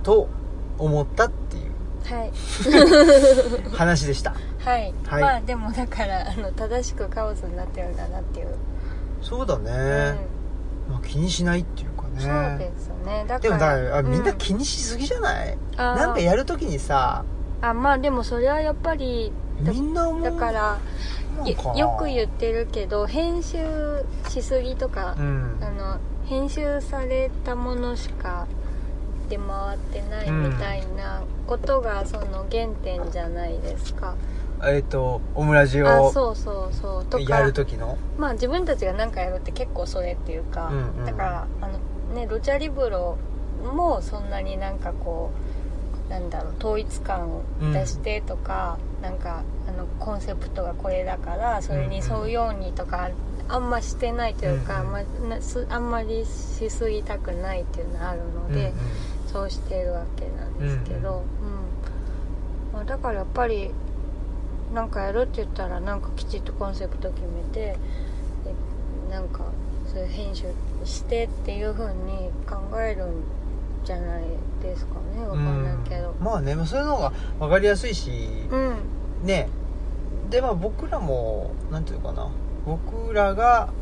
Speaker 1: と思ったっていう
Speaker 2: はい
Speaker 1: 話でした
Speaker 2: はい、
Speaker 1: はい
Speaker 2: まあでもだからあの正しくカオスになってるんだなっていう、
Speaker 1: そうだね、
Speaker 2: うん
Speaker 1: まあ、気にしないっていうかね
Speaker 2: そうですねだから
Speaker 1: でもだからあみんな
Speaker 2: う
Speaker 1: 気にしすぎじゃない、
Speaker 2: あー
Speaker 1: なんかやるときにさ
Speaker 2: あまあでもそれはやっぱりだ
Speaker 1: みんな思う
Speaker 2: だから
Speaker 1: なんか
Speaker 2: よ
Speaker 1: な
Speaker 2: よく言ってるけど編集しすぎとか、
Speaker 1: うん
Speaker 2: あの編集されたものしか出回ってないみたいなことがその原点じゃないですか、
Speaker 1: えっ、とオムラジ
Speaker 2: あ
Speaker 1: を
Speaker 2: そうそうそうと
Speaker 1: や
Speaker 2: か
Speaker 1: る時の
Speaker 2: まあ自分たちが何かやるって結構それっていうか、
Speaker 1: うんうん
Speaker 2: だからあのねロチャリブロもそんなになんかこうなんだろう統一感を出してとか、なんかあのコンセプトがこれだからそれに沿うようにとか、あんましてないというか、
Speaker 1: うんうん
Speaker 2: まあなすあんまりしすぎたくないっていうのがあるの
Speaker 1: うん
Speaker 2: で、そうしてるわけなんですけど、うんまあ、だからやっぱりなんかやるって言ったらなんかきちっとコンセプト決めてでなんかそういう編集してっていう風に考えるんじゃないですかねわ
Speaker 1: う
Speaker 2: か
Speaker 1: ん
Speaker 2: んないけど
Speaker 1: うん、まあねまあそういうのが分かりやすいし、
Speaker 2: うん、
Speaker 1: ねでまあ僕らもなんていうのかな僕らが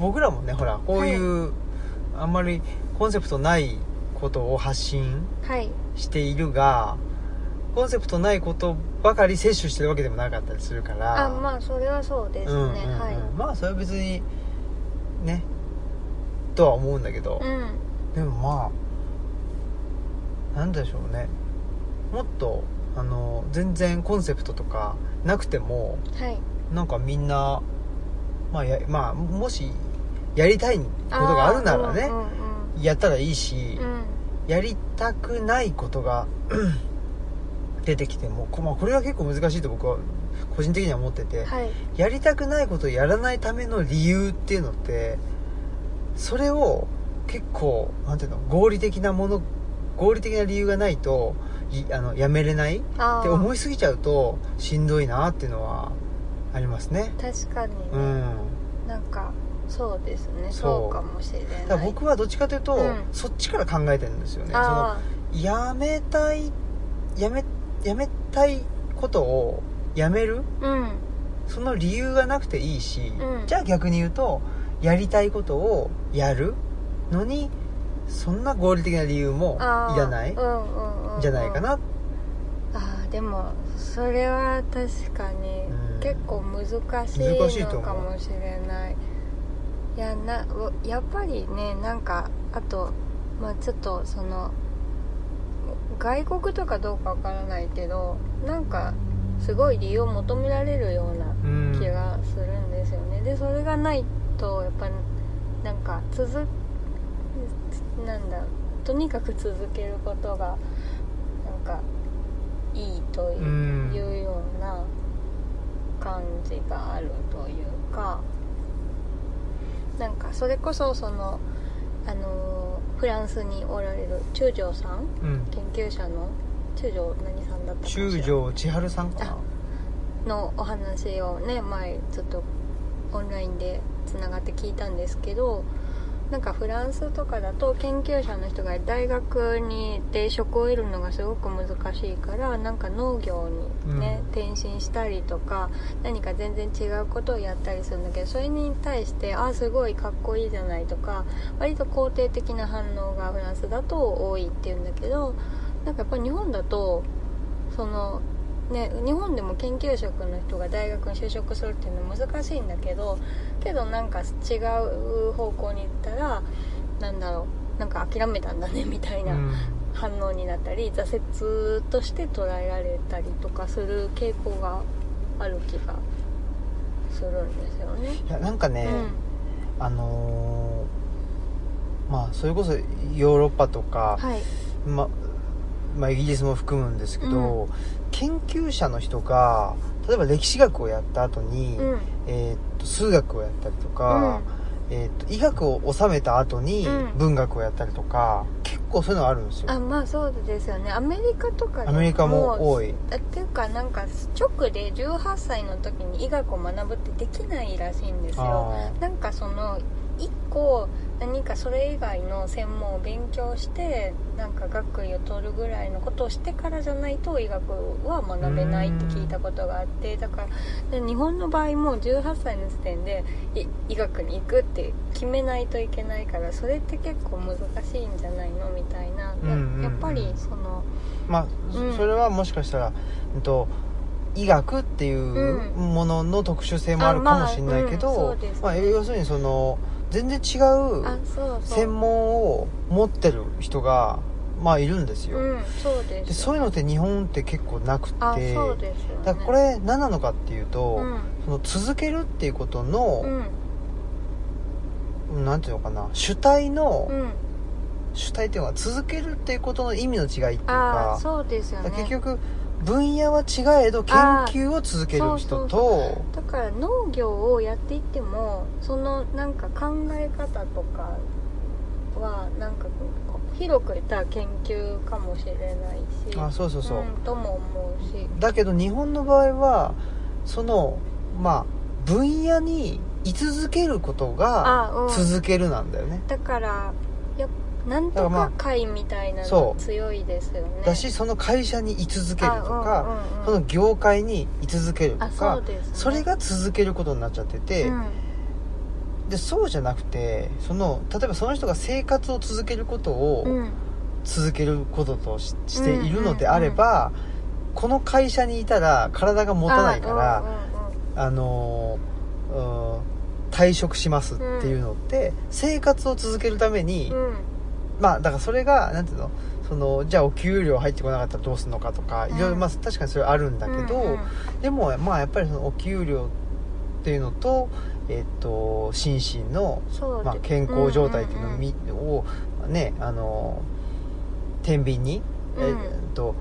Speaker 1: 僕らもねほらこういう、あんまりコンセプトないことを発信
Speaker 2: はい
Speaker 1: しているがコンセプトないことばかり摂取してるわけでもなかったりするから
Speaker 2: あまあそれはそうですね、
Speaker 1: うんうんうん
Speaker 2: はい
Speaker 1: まあそれは別にねとは思うんだけど、
Speaker 2: うん
Speaker 1: でもまあなんでしょうねもっとあの全然コンセプトとかなくても
Speaker 2: はい
Speaker 1: なんかみんな、まあ、やまあもしやりたいことがあるならね
Speaker 2: ー、うん
Speaker 1: やったらいいし、
Speaker 2: うんうん
Speaker 1: やりたくないことが [CLEARS THROAT] 出てきてもこ,、まあ、これは結構難しいと僕は個人的には思ってて、
Speaker 2: うんはい
Speaker 1: やりたくないことをやらないための理由っていうのってそれを結構なんていうの合理的なもの合理的な理由がないといあのやめれないっ
Speaker 2: あ
Speaker 1: て
Speaker 2: ー
Speaker 1: 思いすぎちゃうとしんどいなっていうのはありますね
Speaker 2: 確かにね、
Speaker 1: うん
Speaker 2: なんかそうですね
Speaker 1: そう
Speaker 2: そうかもしれない
Speaker 1: だから僕はどっちかというと、
Speaker 2: うん
Speaker 1: そっちから考えてるんですよねその
Speaker 2: あ
Speaker 1: やめたいやめやめたいことをやめる
Speaker 2: あうん
Speaker 1: その理由がなくていいし、
Speaker 2: うん
Speaker 1: じゃあ逆に言うとやりたいことをやるのにそんな合理的な理由もい
Speaker 2: あー
Speaker 1: らない
Speaker 2: うんんうんうん
Speaker 1: じゃないかな、
Speaker 2: あーでもそれは確かに
Speaker 1: うん
Speaker 2: 結構難し
Speaker 1: 難しい
Speaker 2: い
Speaker 1: と思
Speaker 2: の
Speaker 1: う
Speaker 2: かもしれないいやなわやっぱりねなんかあとまあちょっとその外国とかどうかわからないけどなんかすごい理由を求められるような
Speaker 1: うん
Speaker 2: 気がするんですよねでそれがないとやっぱなんか続なんだとにかく続けることがなんかいいという,、
Speaker 1: うん
Speaker 2: ような感じがあるというかなんかそれこそそのあのフランスにおられる中条さん
Speaker 1: うん
Speaker 2: 研究者の中条何さんだったかしら
Speaker 1: 中条千春さんかな
Speaker 2: のお話をね前ちょっとオンラインでつながって聞いたんですけどなんかフランスとかだと研究者の人が大学にで職を得るのがすごく難しいからなんか農業にね、
Speaker 1: うん
Speaker 2: 転身したりとか何か全然違うことをやったりするんだけどそれに対してあすごいかっこいいじゃないとか割と肯定的な反応がフランスだと多いっていうんだけどなんかやっぱ日本だとそのね日本でも研究職の人が大学に就職するっていうのは難しいんだけどけどなんか違う方向に行ったらなんだろうなんか諦めたんだねみたいうな。
Speaker 1: ん
Speaker 2: 反応になったり挫折として捉えられたりとかする傾向がある気がするんですよね。
Speaker 1: いやなんかね、あのーまあそれこそヨーロッパと
Speaker 2: うん、
Speaker 1: か、
Speaker 2: はい、
Speaker 1: ままあ、イギリスも含むんですけど、研究者の人が例えば歴史学をやった後に、
Speaker 2: うん、
Speaker 1: えーっと数学をやったりとか、えーっと医学を修めた後に
Speaker 2: うん
Speaker 1: 文学をやったりとか、結構そういうのあるんですよ
Speaker 2: あまあそうですよねアメリカとかで
Speaker 1: アメリカも多
Speaker 2: い
Speaker 1: い
Speaker 2: っていうかなんか直で18歳の時に医学を学ぶってできないらしいんですよ
Speaker 1: あ
Speaker 2: なんかその一個何かそれ以外の専門を勉強してなんか学位を取るぐらいのことをしてからじゃないと医学は学べないって聞いたことがあってだからで日本の場合も18歳の時点でい医学に行くって決めないといけないからそれって結構難しいんじゃないのみたいな、
Speaker 1: うんうんうん
Speaker 2: ややっぱりその
Speaker 1: まあ、そ
Speaker 2: うん
Speaker 1: それはもしかしたら、うんと、医学っていう
Speaker 2: う
Speaker 1: ものの特殊性もある
Speaker 2: あ
Speaker 1: か
Speaker 2: ま
Speaker 1: も
Speaker 2: あ
Speaker 1: しれないけ
Speaker 2: う
Speaker 1: ど
Speaker 2: んそうですね、
Speaker 1: まあ、要するにその全然違
Speaker 2: あ
Speaker 1: う
Speaker 2: そうそう
Speaker 1: 専門を持ってる人が、まあ、いるんですよ、
Speaker 2: うんそうで
Speaker 1: ですそういうのって日本って結構なくて
Speaker 2: あそうですよ、ね、
Speaker 1: だからこれ何なのかっていうと、
Speaker 2: うん
Speaker 1: その続けるっていうこと
Speaker 2: う
Speaker 1: の、
Speaker 2: ん
Speaker 1: なんていうのかな主体の、
Speaker 2: うん
Speaker 1: 主体っていうのは続けるっていうことの意味の違いっていう
Speaker 2: あ
Speaker 1: か
Speaker 2: あそうですよ
Speaker 1: だ
Speaker 2: ね
Speaker 1: から結局分野は違えど研究を続ける人
Speaker 2: あーそう
Speaker 1: と
Speaker 2: だから農業をやっていってもそのなんか考え方とかはなんかこう広く言ったら研究かもしれないし
Speaker 1: あそうそうそう、
Speaker 2: ん、とも思うし
Speaker 1: だけど日本の場合はそのまあ分野に居続けることが
Speaker 2: あうん
Speaker 1: 続けるなんだよね
Speaker 2: だからやっなん
Speaker 1: だ
Speaker 2: と
Speaker 1: からま
Speaker 2: か
Speaker 1: あ
Speaker 2: 会みたいな
Speaker 1: そ
Speaker 2: の
Speaker 1: う
Speaker 2: 強いですよね
Speaker 1: だしその会社に居続けるとか、
Speaker 2: あうん
Speaker 1: そ
Speaker 2: うん
Speaker 1: の
Speaker 2: うん
Speaker 1: 業界に居続けると
Speaker 2: あそ
Speaker 1: か
Speaker 2: うです、ね、
Speaker 1: それが続けることになっちゃってて、
Speaker 2: うん
Speaker 1: でそうじゃなくてその例えばその人が生活を続けることを、
Speaker 2: うん
Speaker 1: 続けることとししているのであれば、この会社にいたら体が持たないからあ、のーうーん退職しますっていうのって、生活を続けるために、
Speaker 2: うんうんうんうん
Speaker 1: まあだからそれがなんていうのそのじゃあお給料入ってこなかったらどうするのかとかいろいろ、まあ、確かにそれはあるんだけど、
Speaker 2: うんうん
Speaker 1: でもまあやっぱりそのお給料っていうのと、えっと心身の
Speaker 2: そうで
Speaker 1: まあ、健康状態っていう
Speaker 2: うん
Speaker 1: のを
Speaker 2: うんうん
Speaker 1: みをねあの天秤に、え
Speaker 2: うん
Speaker 1: ーっと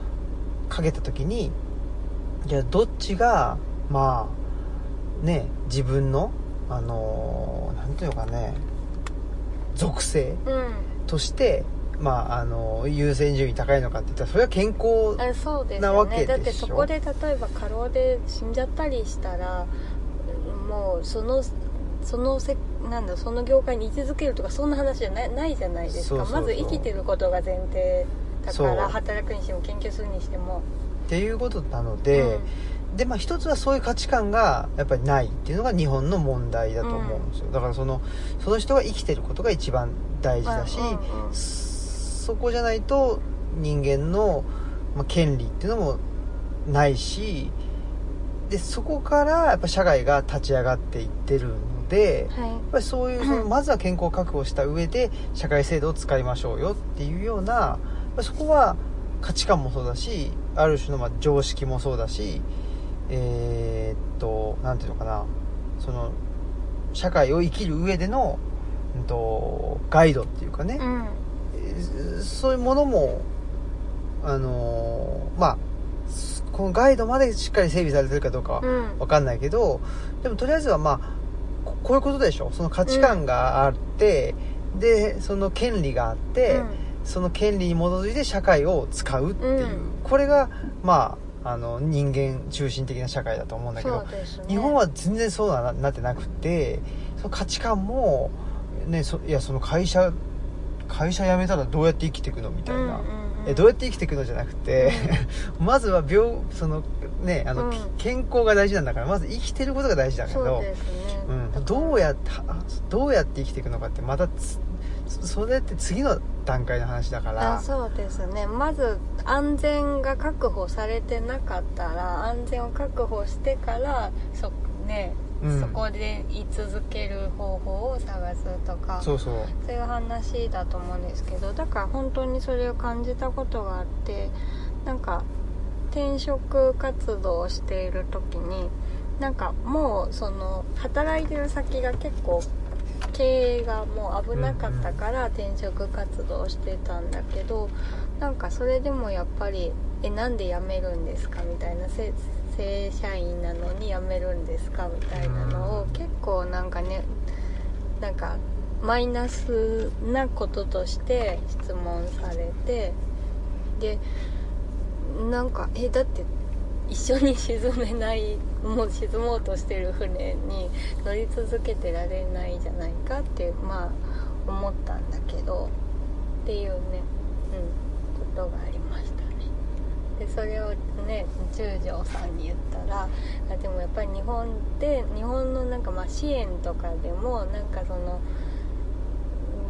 Speaker 1: かけた時にじゃあどっちがまあね自分のあのなんていうのかね属性
Speaker 2: うん
Speaker 1: としてまああの優先順位高いのかって言ったらそれは健康
Speaker 2: あそうですよね
Speaker 1: なわけでしょ
Speaker 2: だってそこで例えば過労で死んじゃったりしたらもうそのそのせなんだその業界に居続けるとかそんな話じゃないないじゃないですか
Speaker 1: そうそうそう
Speaker 2: まず生きてることが前提だ
Speaker 1: そ
Speaker 2: か
Speaker 1: う
Speaker 2: ら働くにしても研究するにしても、
Speaker 1: っていうことなので、でまあ一つはそういう価値観がやっぱりないっていうのが日本の問題だと思うんですよ、だからそのその人が生きてることが一番大
Speaker 2: うん
Speaker 1: 事だし、
Speaker 2: うんうん
Speaker 1: そこじゃないと人間の、まあ、権利っていうのもないしでそこからやっぱ社会が立ち上がっていってるので
Speaker 2: はい
Speaker 1: やっぱりそういうその
Speaker 2: うん
Speaker 1: まずは健康確保をした上で社会制度を使いましょうよっていうようなやっぱそこは価値観もそうだしある種のまあ常識もそうだしえーっとなんていうのかなその社会を生きる上での、うん、とガイドっていうかね、
Speaker 2: うん
Speaker 1: そういうものも、あのーまあ、すこのガイドまでしっかり整備されてるかどうかは
Speaker 2: うん
Speaker 1: わかんないけど、でもとりあえずはまあ、ここういうことでしょその価値観があって、で、その権利があって、その権利に基づいて社会を使うっていう、
Speaker 2: うん
Speaker 1: これが、まあ、あの、人間中心的な社会だと思うんだけ
Speaker 2: そ
Speaker 1: ど
Speaker 2: う、ですね
Speaker 1: 日本は全然そうななってなくてその価値観も、ね、そいやその会社会社辞めたらどうやって生きていくのみたいな、
Speaker 2: うんうんうん
Speaker 1: えどうやって生きていくのじゃなくて、 [LAUGHS] まずは病その、ねあの
Speaker 2: うん
Speaker 1: き健康が大事なんだからまず生きてることが大事だけ
Speaker 2: そう
Speaker 1: ど
Speaker 2: ですね、
Speaker 1: うん、どうやってはどうやって生きていくのかってまたつそそれって次の段階の話だから
Speaker 2: あそうですねまず安全が確保されてなかったら安全を確保してからそ,、ね
Speaker 1: うん
Speaker 2: そこで居続ける方法を探すとか
Speaker 1: そうそう
Speaker 2: そういう話だと思うんですけどだから本当にそれを感じたことがあってなんか転職活動をしている時になんかもうその働いてる先が結構経営がもう危なかったから転職活動をしてたんだけどなんかそれでもやっぱり「えなんで辞めるんですか?」みたいなせ正社員なのに辞めるんですかみたいなのを結構なんかねなんかマイナスなこととして質問されてでなんかえだって一緒に沈めないもう沈もうとしてる船に乗り続けてられないじゃないかってまあ思ったんだけどっていうね、うん、ことがありましたねでそれをね中条さんに言ったらあでもやっぱり日本で日本のなんかまあ支援とかでもなんかその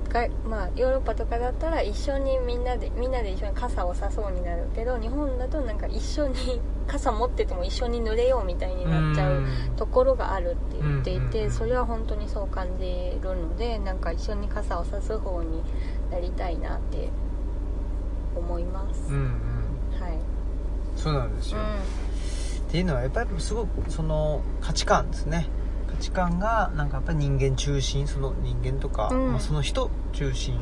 Speaker 2: がまあ、ヨーロッパとかだったら一緒にみんなでみんなで一緒に傘をさそうになるけど日本だとなんか一緒に傘持ってても一緒に濡れようみたいになっちゃうところがあるって言ってい
Speaker 1: うんう
Speaker 2: て
Speaker 1: ん
Speaker 2: それは本当にそう感じるのでなんか一緒に傘をさす方になりたいなって思います、
Speaker 1: うんうん
Speaker 2: はい、
Speaker 1: そうなんですよ、っていうのはやっぱりすごくその価値観ですね価値観がなんかやっぱり人間中心その人間とか、
Speaker 2: うん
Speaker 1: まあ、その人中心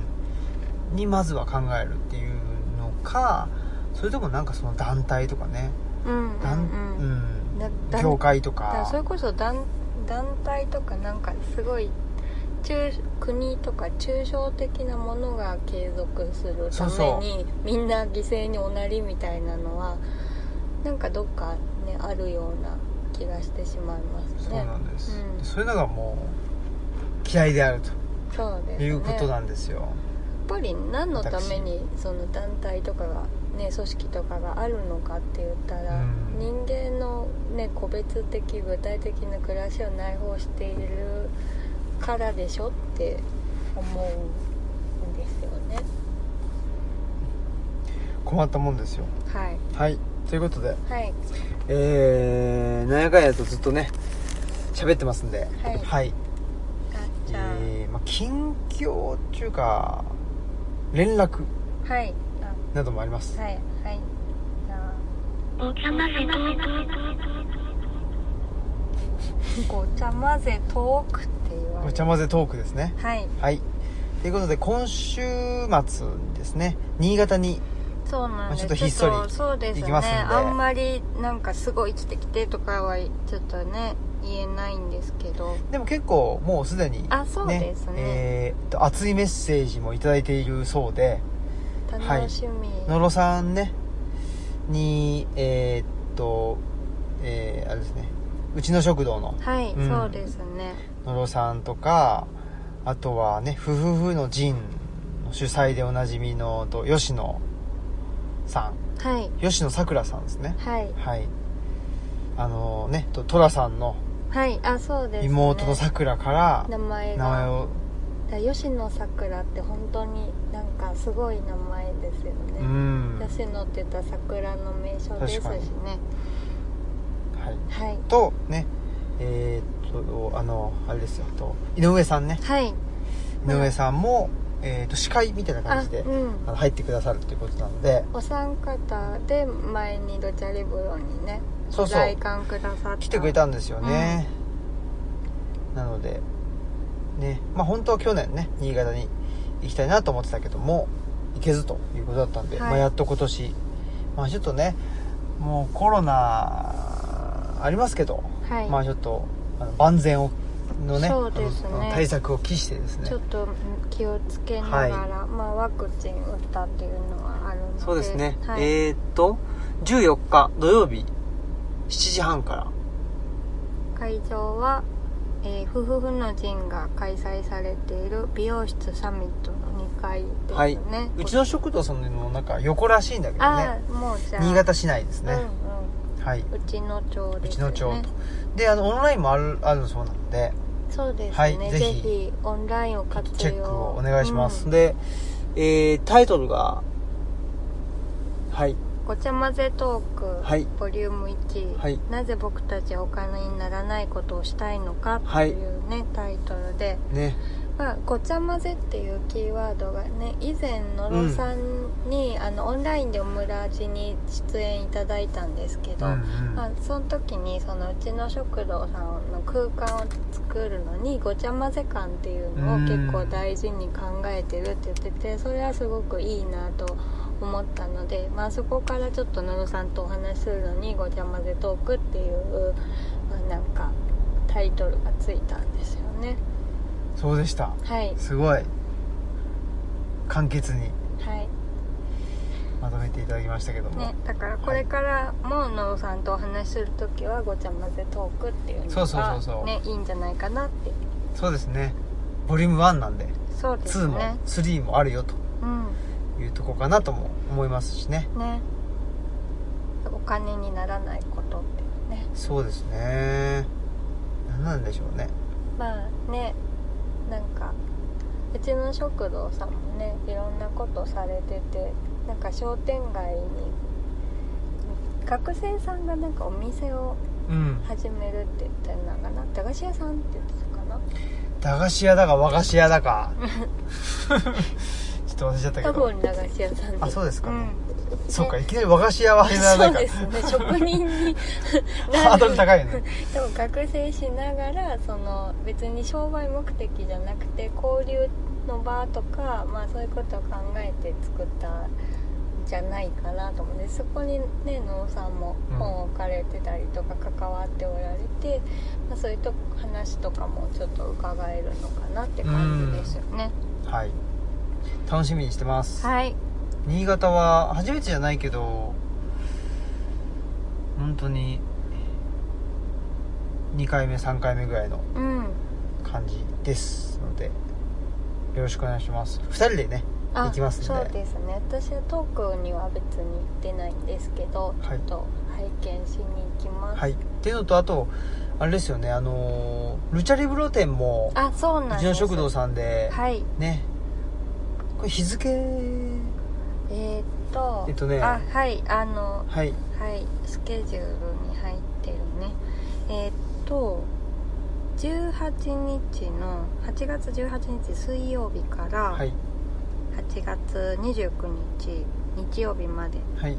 Speaker 1: にまずは考えるっていうのかそれともなんかその団体とかね
Speaker 2: うんうんう
Speaker 1: 団
Speaker 2: ん
Speaker 1: う
Speaker 2: うん
Speaker 1: ん
Speaker 2: だ団
Speaker 1: 業界と
Speaker 2: だから
Speaker 1: か
Speaker 2: それこそ団団体とかなんかすごい中国とか抽象的なものが継続するために
Speaker 1: そうそう
Speaker 2: みんな犠牲におなりみたいなのはなんかどっかねあるような気がしてしまいます
Speaker 1: そう
Speaker 2: ね
Speaker 1: なんです、
Speaker 2: うん
Speaker 1: そういうのがもう嫌いである
Speaker 2: そうです
Speaker 1: と
Speaker 2: ね
Speaker 1: いうこと
Speaker 2: やっ
Speaker 1: なんですよ、
Speaker 2: ぱり何のためにその団体とかがね組織とかがあるのかって言ったら、
Speaker 1: うん
Speaker 2: 人間のね個別的具体的な暮らしを内包しているからでしょって思うんですよね
Speaker 1: 困ったもんですよ
Speaker 2: はい
Speaker 1: はいということで
Speaker 2: はい
Speaker 1: えー、何やかんやとずっとね喋ってますんで
Speaker 2: はい
Speaker 1: はい
Speaker 2: あじゃあ、
Speaker 1: えーまあ、近況っていうか連絡
Speaker 2: はい
Speaker 1: などもあります、
Speaker 2: あはいはいじゃ
Speaker 3: お茶ませトーク。
Speaker 2: あごちゃ混ぜトークって言われ
Speaker 1: ご
Speaker 2: る
Speaker 1: ちゃ混ぜトークですね
Speaker 2: はい
Speaker 1: はいということで今週末にですね新潟に
Speaker 2: そうな
Speaker 1: ま
Speaker 2: んです
Speaker 1: あちょっとひっそり
Speaker 2: ちょっとそうです
Speaker 1: い
Speaker 2: ね
Speaker 1: きますんで
Speaker 2: あんまりなんかすごい生きてきてとかはちょっとね言えないんですけど
Speaker 1: でも結構もうすでに
Speaker 2: あそうですね
Speaker 1: えーっと熱いメッセージも頂いただいているそうではい
Speaker 2: 楽しみ、
Speaker 1: 野呂さんねにえーっとえーあれですねうちの食堂の
Speaker 2: はい、
Speaker 1: うん
Speaker 2: そうですね
Speaker 1: 野呂さんとかあとはね「ふふふの陣」の主催でおなじみのと吉野さ
Speaker 2: はい
Speaker 1: ん吉野さくらさんですね
Speaker 2: はい
Speaker 1: はいあのねと寅さんの
Speaker 2: はいあそうです、ね、
Speaker 1: 妹のさくらから
Speaker 2: 名前
Speaker 1: 名前
Speaker 2: が
Speaker 1: を
Speaker 2: だ吉野さくらって本当になんかすごい名前ですよ
Speaker 1: う
Speaker 2: ね、
Speaker 1: んは
Speaker 2: 吉野って言ったら桜の名所ですし
Speaker 1: 確かに
Speaker 2: ね
Speaker 1: い
Speaker 2: はい
Speaker 1: とねえーっとあのあれですよと井上さんね
Speaker 2: はい
Speaker 1: 井上さんも、えーっと司会みたいな感
Speaker 2: あ
Speaker 1: じで
Speaker 2: うん
Speaker 1: あの入ってくださるということなので
Speaker 2: お三方で前にドチャリブロにね
Speaker 1: そうそう
Speaker 2: ご来館くださった
Speaker 1: 来てくれたんですよね、なのでねまあ本当は去年ね新潟に行きたいなと思ってたけども行けずということだったんで、
Speaker 2: はい
Speaker 1: まあ、やっと今年まあちょっとねもうコロナありますけど、
Speaker 2: はい、
Speaker 1: まあちょっとあの万全をのね
Speaker 2: そうですね
Speaker 1: あのあの対策を期してですね
Speaker 2: ちょっと気をつけながら、まあワクチン打ったっていうのはあるので
Speaker 1: そうですね、
Speaker 2: はい、
Speaker 1: えーっと14日土曜日7時半から
Speaker 2: 会場は、えー、夫婦婦の陣が開催されている美容室サミットの2階ですね、
Speaker 1: はいうちの食堂さんのなんか横らしいんだけど
Speaker 2: あ
Speaker 1: ね
Speaker 2: あもうじゃあ
Speaker 1: 新潟市内ですね、
Speaker 2: う
Speaker 1: はい
Speaker 2: んうん、うちの町
Speaker 1: う
Speaker 2: で
Speaker 1: ち
Speaker 2: すね
Speaker 1: の町とであのオンラインもあるあるそうなので
Speaker 2: そうですね、
Speaker 1: はいぜ
Speaker 2: ぜ
Speaker 1: ひ
Speaker 2: ひオンラインを活用
Speaker 1: チェックをお願いします、、で、えー、タイトルがはい
Speaker 2: うんごちゃ混ぜトーク、
Speaker 1: はい
Speaker 2: ボリューム1、
Speaker 1: はい
Speaker 2: なぜ僕たちはお金にならないことをしたいのかっていうね、タイトルで
Speaker 1: ね
Speaker 2: まあ、ごちゃ混ぜっていうキーワードがね以前野呂さんに、あのオンラインでオムラジに出演いただいたんですけど、まあ、その時にそのうちの食堂さんの空間を作るのにごちゃ混ぜ感っていうのを
Speaker 1: うん
Speaker 2: 結構大事に考えてるって言っててそれはすごくいいなと思ったので、まあ、そこからちょっと野呂さんとお話しするのにごちゃ混ぜトークっていう、まあ、なんかタイトルがついたんですよね。
Speaker 1: そうでした
Speaker 2: はい
Speaker 1: すごい簡潔に
Speaker 2: はい。
Speaker 1: まとめていただきましたけども、
Speaker 2: ね、だからこれからモンローさんとお話しする時はごちゃ混ぜトークっていうのが、ね、
Speaker 1: そうそうそうそう
Speaker 2: いいんじゃないかなって
Speaker 1: そうですねボリューム1なんで
Speaker 2: そうです
Speaker 1: 2も
Speaker 2: ね
Speaker 1: 3もあるよと
Speaker 2: うん
Speaker 1: いうとこかなとも思いますしね
Speaker 2: ねお金にならないことっていうね
Speaker 1: そうですね何なんでしょうね
Speaker 2: まあねなんかうちの食堂さんもねいろんなことされててなんか商店街に学生さんがなんかお店を
Speaker 1: うん
Speaker 2: 始めるって言ってんのかな駄菓子屋さんって言ってたかな
Speaker 1: 駄菓子屋だか和菓子屋だ
Speaker 2: [LAUGHS]
Speaker 1: かちょっと忘れちゃったけ
Speaker 2: 多
Speaker 1: ど
Speaker 2: 分駄菓子屋さんで
Speaker 1: あそうですかね
Speaker 2: うん、
Speaker 1: そうか
Speaker 2: ね
Speaker 1: いきなり和菓子屋は入らな
Speaker 2: [LAUGHS] そ
Speaker 1: いうか
Speaker 2: ですね職人に
Speaker 1: [LAUGHS] ハードル高いよね
Speaker 2: でも学生しながらその別に商売目的じゃなくて交流の場とか、まあ、そういうことを考えて作ったんじゃないかなと思うんでそこにね能さんも
Speaker 1: うん
Speaker 2: 本を置かれてたりとか関わっておられて、まあ、そういうと話とかもちょっと伺えるのかなって感じですよね。
Speaker 1: はい楽しみにしてます、
Speaker 2: はい、
Speaker 1: 新潟は初めてじゃないけど本当に2回目3回目ぐらいの
Speaker 2: うん
Speaker 1: 感じですのでよろしくお願いします2人でね
Speaker 2: あ
Speaker 1: 行きますんで
Speaker 2: そうですね私はトークには別に行ってないんですけど、
Speaker 1: はい
Speaker 2: ちょっと拝見しに行きます、
Speaker 1: はいっていうのとあとあれですよねあのールチャリブロ店も
Speaker 2: あそうな
Speaker 1: うんち
Speaker 2: で
Speaker 1: の
Speaker 2: す
Speaker 1: 食堂さんで
Speaker 2: はい
Speaker 1: ねこれ日付
Speaker 2: えー、っと
Speaker 1: えっとね
Speaker 2: あはいあの
Speaker 1: はい
Speaker 2: はいスケジュールに入ってるねえー、っと18日の8月18日水曜日から
Speaker 1: はい
Speaker 2: 8月29日日曜日まで、
Speaker 1: はい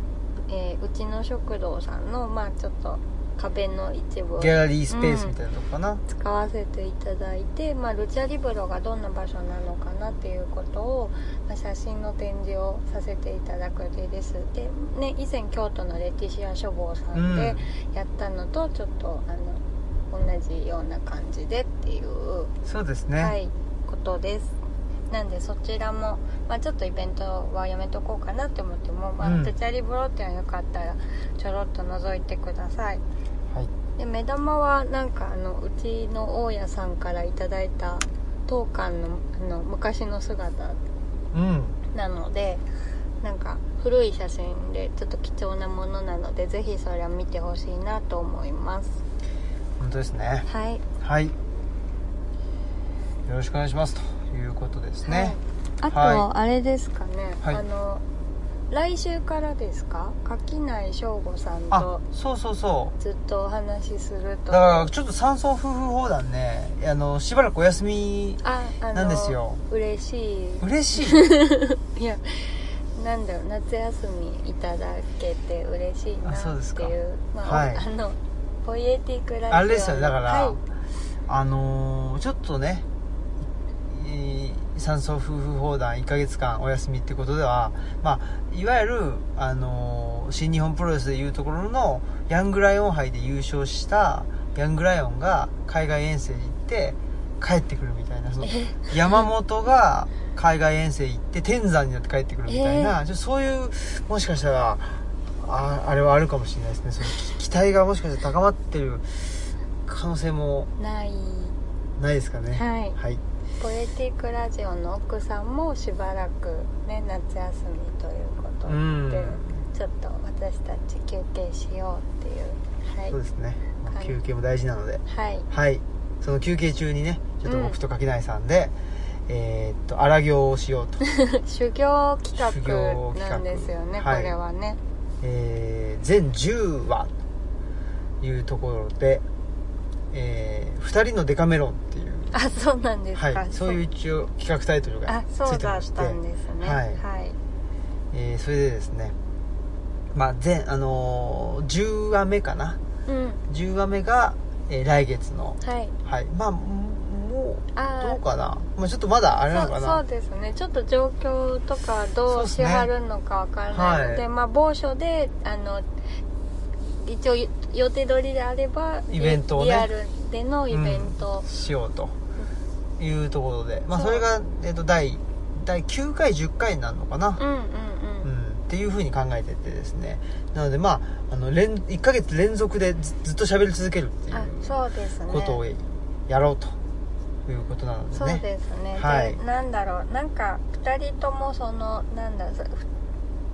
Speaker 2: えーうちの食堂さんのまあちょっと壁の一部を
Speaker 1: ギャラリースペースみたいなとこかな、
Speaker 2: 使わせていただいて、まあ、ルチャリブロがどんな場所なのかなっていうことを、まあ写真の展示をさせていただく予定ですで、ね、以前京都のレティシア書房さんでやったのとちょっとあの同じような感じでっていう、
Speaker 1: そうですね、
Speaker 2: はい、ことですなんでそちらも、まあ、ちょっとイベントはやめとこうかなって思っても、まあ
Speaker 1: うん
Speaker 2: ルチャリブロってはよかったらちょろっと覗いてください
Speaker 1: はい
Speaker 2: で目玉はなんかあのうちの大家さんからいただいた当館のあの昔の姿
Speaker 1: うん
Speaker 2: なのでなんか古い写真でちょっと貴重なものなのでぜひそれは見てほしいなと思います
Speaker 1: 本当ですね
Speaker 2: はい
Speaker 1: はいよろしくお願いしますということですね、
Speaker 2: はい、あと、
Speaker 1: は
Speaker 2: あれですかね、
Speaker 1: はい
Speaker 2: あの来週からですか垣内翔吾さん
Speaker 1: あ
Speaker 2: と
Speaker 1: そうそうそう
Speaker 2: ずっとお話しすると
Speaker 1: だからちょっと山荘夫婦砲弾ねあのしばらくお休み
Speaker 2: ああの
Speaker 1: なんですよ
Speaker 2: 嬉しい
Speaker 1: 嬉しい
Speaker 2: いやなんだろう夏休みいただけて嬉しいな
Speaker 1: あそうで
Speaker 2: っ
Speaker 1: す
Speaker 2: て
Speaker 1: か
Speaker 2: いうまあ、
Speaker 1: はい
Speaker 2: あのポイエティックラジオの
Speaker 1: あれですよねだから、
Speaker 2: はい、
Speaker 1: あのーちょっとねいい山荘夫婦砲弾1ヶ月間お休みってことではまあいわゆるあのー新日本プロレスでいうところのヤングライオン杯で優勝したヤングライオンが海外遠征に行って帰ってくるみたいなその山本が海外遠征行って天山になって帰ってくるみたいな、ちょっとそういうもしかしたらああれはあるかもしれないですねその期期待がもしかしたら高まってる可能性も
Speaker 2: ない
Speaker 1: ないですかね
Speaker 2: はい
Speaker 1: はい、
Speaker 2: ポイエティックラジオの奥さんもしばらくね夏休みということで、
Speaker 1: うん
Speaker 2: ちょっと私たち休憩しようっていうはい
Speaker 1: そうですね、まあ
Speaker 2: はい
Speaker 1: 休憩も大事なので
Speaker 2: はい [LAUGHS]
Speaker 1: はいその休憩中にねちょっと
Speaker 2: うん
Speaker 1: 僕と垣内さんで、えーっと荒行をしよう
Speaker 2: [LAUGHS]
Speaker 1: と、
Speaker 2: 修行企
Speaker 1: 修
Speaker 2: 画
Speaker 1: 行企画
Speaker 2: なんですよね、
Speaker 1: はい
Speaker 2: これはね
Speaker 1: えー全10話というところで、え2人のデカメロンっていう
Speaker 2: あそうなんですか、
Speaker 1: はい、そういう一応企画タイトルが
Speaker 2: あ
Speaker 1: つ
Speaker 2: そう
Speaker 1: いて
Speaker 2: だ
Speaker 1: ま
Speaker 2: っ
Speaker 1: して
Speaker 2: たんですね
Speaker 1: はい
Speaker 2: はい
Speaker 1: えーそれでですねまあ全あのー10話目かな
Speaker 2: うん
Speaker 1: 10話目が、えー来月の
Speaker 2: はい
Speaker 1: はいまあももう
Speaker 2: あー
Speaker 1: どうかなまあちょっとまだあれなの
Speaker 2: そ
Speaker 1: か
Speaker 2: う
Speaker 1: な
Speaker 2: そうですねちょっと状況とかどうしはるのかわからないので
Speaker 1: そうっすねはい
Speaker 2: まあ某所であの一応予定通りであれば
Speaker 1: イベントをね
Speaker 2: リアルでのイベント
Speaker 1: うん、しようというところで、まあ、
Speaker 2: そう
Speaker 1: それが、えっと第第9回10回になるのかな
Speaker 2: う、ん、うんう
Speaker 1: う
Speaker 2: ん
Speaker 1: んっていうふうに考えててですねなのでまああの連1ヶ月連続でずずっと喋り続けるってい
Speaker 2: あ
Speaker 1: う
Speaker 2: そうですね
Speaker 1: ことをやろうということなので
Speaker 2: そう
Speaker 1: ね
Speaker 2: ですね、
Speaker 1: はい
Speaker 2: でなんだろうなんか2人ともそのなんだそ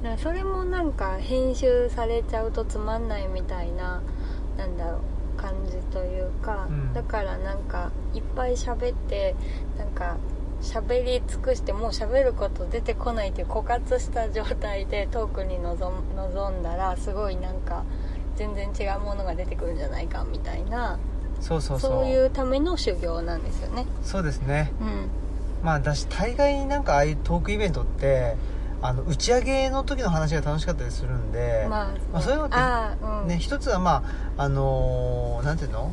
Speaker 2: なそれもなんか編集されちゃうとつまんないみたいななんだろう感じというか、
Speaker 1: うん
Speaker 2: だからなんかいっぱい喋ってなんか喋り尽くしてもう喋ること出てこないっていう枯渇した状態でトークに臨む臨んだらすごいなんか全然違うものが出てくるんじゃないかみたいな
Speaker 1: そうそうそう
Speaker 2: そういうための修行なんですよね。
Speaker 1: そうですね
Speaker 2: うん
Speaker 1: まあだし大概なんかああいうトークイベントってあの打ち上げの時の話が楽しかったりするんで、
Speaker 2: まあ、
Speaker 1: まあそういうのって
Speaker 2: ああ、うん、
Speaker 1: ね、一つはまああのーなんていうの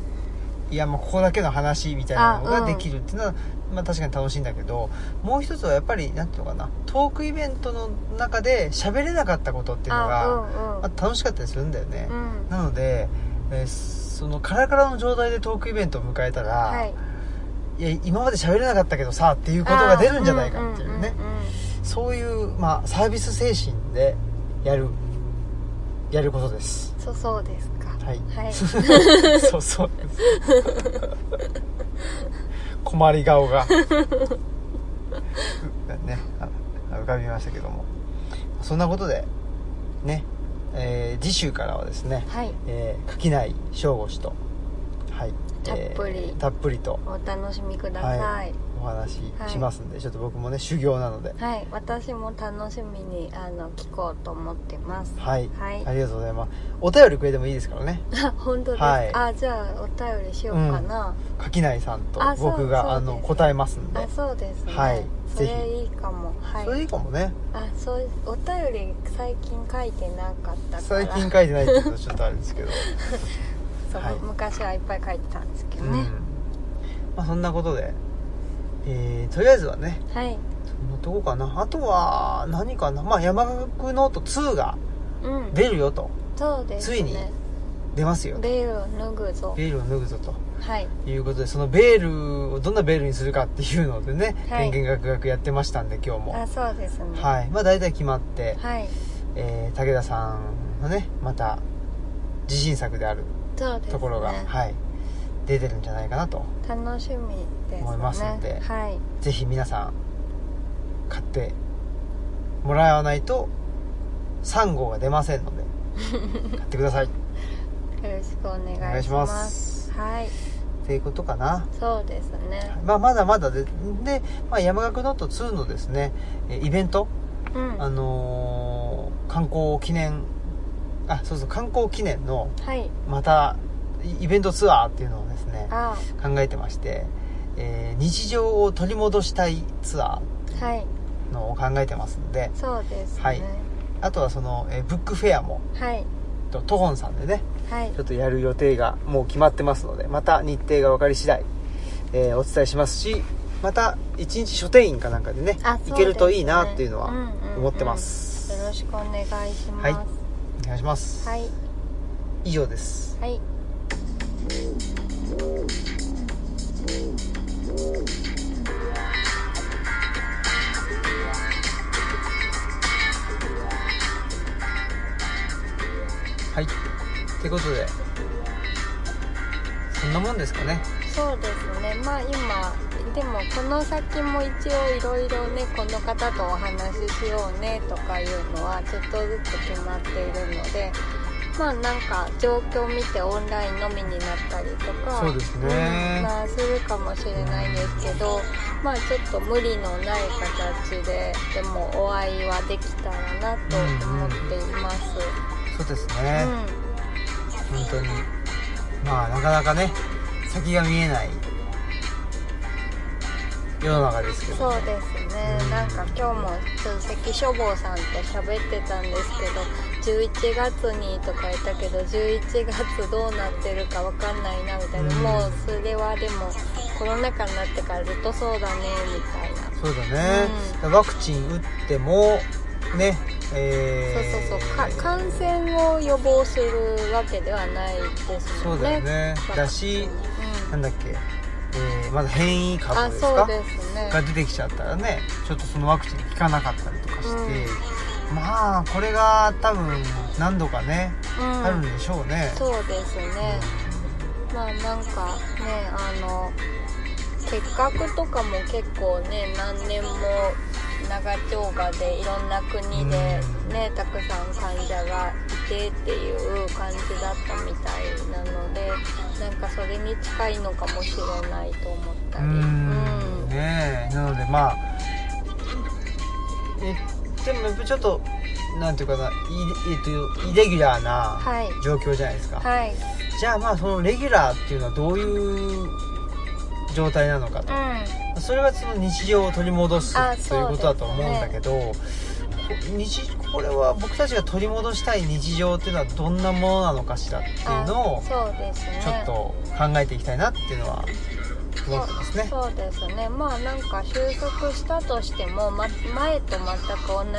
Speaker 1: いやまあここだけの話みたいなの
Speaker 2: あ
Speaker 1: が
Speaker 2: うん
Speaker 1: できるっていうのは、まあ、確かに楽しいんだけどもう一つはやっぱりなんていうのかなトークイベントの中で喋れなかったことっていうのが
Speaker 2: あ、
Speaker 1: まあ楽しかったりするんだよね
Speaker 2: うん、うん、うん、
Speaker 1: なので、えーそのカラカラの状態でトークイベントを迎えたら、
Speaker 2: はい、
Speaker 1: いや今まで喋れなかったけどさっていうことが出るんじゃないかっていうね、
Speaker 2: んんん
Speaker 1: そういう、まあ、サービス精神でやるやることです
Speaker 2: そうそうですか。
Speaker 1: はい、 [LAUGHS]
Speaker 2: はい
Speaker 1: そうそうです困り顔がうねあ浮かびましたけどもそんなことでね、えー次週からはですね、
Speaker 2: はい、
Speaker 1: えー、垣内省吾氏と、はい
Speaker 2: たっぷり
Speaker 1: えーたっぷりと
Speaker 2: お楽しみください。
Speaker 1: は
Speaker 2: はいい、
Speaker 1: お話ししますんで、ちょっと僕もね修行なので
Speaker 2: 私も楽しみにあの聞こうと思ってます。
Speaker 1: はい、
Speaker 2: はい
Speaker 1: ありがとうございますお便りくれてもいいですからね
Speaker 2: あ、 [LAUGHS] 本当です。
Speaker 1: はい
Speaker 2: あ、じゃあお便りしようかな。
Speaker 1: 垣内さんと
Speaker 2: あそう
Speaker 1: 僕が
Speaker 2: そう
Speaker 1: あの
Speaker 2: です
Speaker 1: 答えますんで
Speaker 2: あ、そうですね。
Speaker 1: はい
Speaker 2: そ
Speaker 1: ぜ
Speaker 2: れいいかも。はい。
Speaker 1: それいいかもね
Speaker 2: あ、そうお便り最近書いてなかったから。
Speaker 1: 最近書いてないっていうとちょっとあれですけ
Speaker 2: [LAUGHS]
Speaker 1: ど、
Speaker 2: そう、
Speaker 1: はい
Speaker 2: 昔はいっぱい書いてたんですけど
Speaker 1: うん
Speaker 2: ね、
Speaker 1: まあ、そんなことで、えーとりあえずはね
Speaker 2: はい
Speaker 1: そんなとこかなあとは何かな、まあ、山岳ノート2が
Speaker 2: うん
Speaker 1: 出るよと
Speaker 2: そうですね
Speaker 1: ついに出ますよと
Speaker 2: ベールを脱ぐぞ
Speaker 1: ベールを脱ぐぞと
Speaker 2: はい
Speaker 1: いうことでそのベールをどんなベールにするかっていうのでね、
Speaker 2: はい
Speaker 1: 天元学学やってましたんで今日も
Speaker 2: あそうですねい、
Speaker 1: はいまあ大体決まって、
Speaker 2: はい、
Speaker 1: えー武田さんのねまた自信作である
Speaker 2: そうですね
Speaker 1: ところが、はい、出てるんじゃないかなと
Speaker 2: 楽しみですね
Speaker 1: 思いますんで
Speaker 2: はい
Speaker 1: ぜひ皆さん買ってもらわないと3号が出ませんので買ってください
Speaker 2: よろしくお願いし
Speaker 1: お願い
Speaker 2: ます
Speaker 1: します
Speaker 2: はい
Speaker 1: っていうことかな、
Speaker 2: そうですね
Speaker 1: まあ、まだまだでで、まあ、山岳ノート2のですねえイベント、
Speaker 2: うん
Speaker 1: あ
Speaker 2: は
Speaker 1: のー観光記念あそうそう観光記念の
Speaker 2: い
Speaker 1: またイイベントツアーっていうのをですね
Speaker 2: あ
Speaker 1: 考えてまして、えー日常を取り戻したいツア
Speaker 2: はい
Speaker 1: ーのを考えてますので
Speaker 2: そうですね
Speaker 1: はいあとはその、えーブックフェアも
Speaker 2: はい
Speaker 1: とトホンさんでね
Speaker 2: はい
Speaker 1: ちょっとやる予定がもう決まってますのでまた日程が分かり次第、えーお伝えしますしまた一日書店員かなんかでね
Speaker 2: あ
Speaker 1: 行けるといいな
Speaker 2: そうですね
Speaker 1: っていうのは
Speaker 2: んんん
Speaker 1: 思ってます、
Speaker 2: よろしくお願いします
Speaker 1: はいお願いします、
Speaker 2: はい、
Speaker 1: 以上です
Speaker 2: はい
Speaker 1: はいってことでそんなもんですかね
Speaker 2: そうですねまあ今でもこの先も一応いろいろねこの方とお話ししようねとかいうのはちょっとずつ決まっているのでまあなんか状況見てオンラインのみになったりとか
Speaker 1: そうですね
Speaker 2: んまあするかもしれないですけどまあちょっと無理のない形ででもお会いはできたらなと思っています、
Speaker 1: そうです
Speaker 2: う
Speaker 1: ね、
Speaker 2: ん
Speaker 1: 本当にまあなかなかね先が見えない世の中ですけど
Speaker 2: そう
Speaker 1: ね
Speaker 2: ですね、
Speaker 1: うん
Speaker 2: なんか今日も通籍書房さんと喋ってたんですけど11月にとか言ったけど11月どうなってるかわかんないなみたいな、
Speaker 1: うん
Speaker 2: もうそれはでもコロナ禍になってからずっとそうだねみたいな、
Speaker 1: そうだね、ワクチン打ってもねえー
Speaker 2: そうそうそうか感染を予防するわけではないです
Speaker 1: そ
Speaker 2: もん
Speaker 1: うだ
Speaker 2: ね
Speaker 1: よねだしなんだっけ、えーまだ変異
Speaker 2: うん、
Speaker 1: 株
Speaker 2: あ
Speaker 1: です
Speaker 2: そう
Speaker 1: か
Speaker 2: ですね
Speaker 1: が出てきちゃったらねちょっとそのワクチン効かなかったりとかして、
Speaker 2: うん
Speaker 1: まあこれが多分何度かね、
Speaker 2: うん
Speaker 1: あるんでしょうね
Speaker 2: そうですねまあなんかねあの結核とかも結構ね何年も長丁場でいろんな国でねたくさん患者がいてっていう感じだったみたいなのでなんかそれに近いのかもしれないと思った
Speaker 1: う
Speaker 2: り
Speaker 1: ん
Speaker 2: うん
Speaker 1: ねえなのでまあえでもやっぱちょっとなんていうかないえっとイレギュラーな
Speaker 2: はい
Speaker 1: 状況じゃないですか、
Speaker 2: はい
Speaker 1: じゃあまあそのレギュラーっていうのはどういう状態なのかと、
Speaker 2: う
Speaker 1: それはその日常を取り戻す
Speaker 2: あ
Speaker 1: ということだと思うんだけど、こ日これは僕たちが取り戻したい日常っていうのはどんなものなのかしらってい
Speaker 2: ん
Speaker 1: うのを
Speaker 2: あそうですね
Speaker 1: ちょっと考えていきたいなっていうのは思ってますね。
Speaker 2: そうそうですねまあなんか収束したとしても、ま、前と全く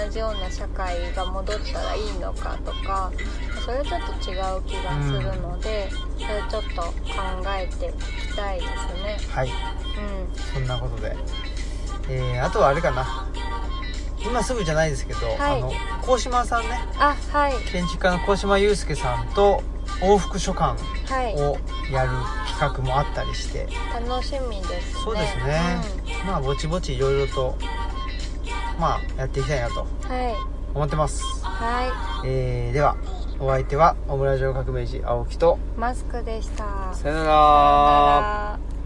Speaker 2: 同じような社会が戻ったらいいのかとかそれはちょっと違う気がするので、それちょっと考えていきたいですね
Speaker 1: はい
Speaker 2: うん
Speaker 1: そんなことで、えーあとはあれかな今すぐじゃないですけど、
Speaker 2: は
Speaker 1: あ
Speaker 2: い
Speaker 1: の高島さんね
Speaker 2: あはい
Speaker 1: 建築家の高島祐介さんと往復書簡
Speaker 2: はい
Speaker 1: をやる企画もあったりして、
Speaker 2: 楽しみですね
Speaker 1: そうですね、まあぼちぼちいろいろとまあやっていきたいなと
Speaker 2: うん、はい
Speaker 1: 思ってます、
Speaker 2: は
Speaker 1: えーではお相手はオムラジオ革命児青木と
Speaker 2: いマスクでし
Speaker 1: さ
Speaker 2: た
Speaker 1: よな
Speaker 2: さよな
Speaker 1: ら
Speaker 2: ら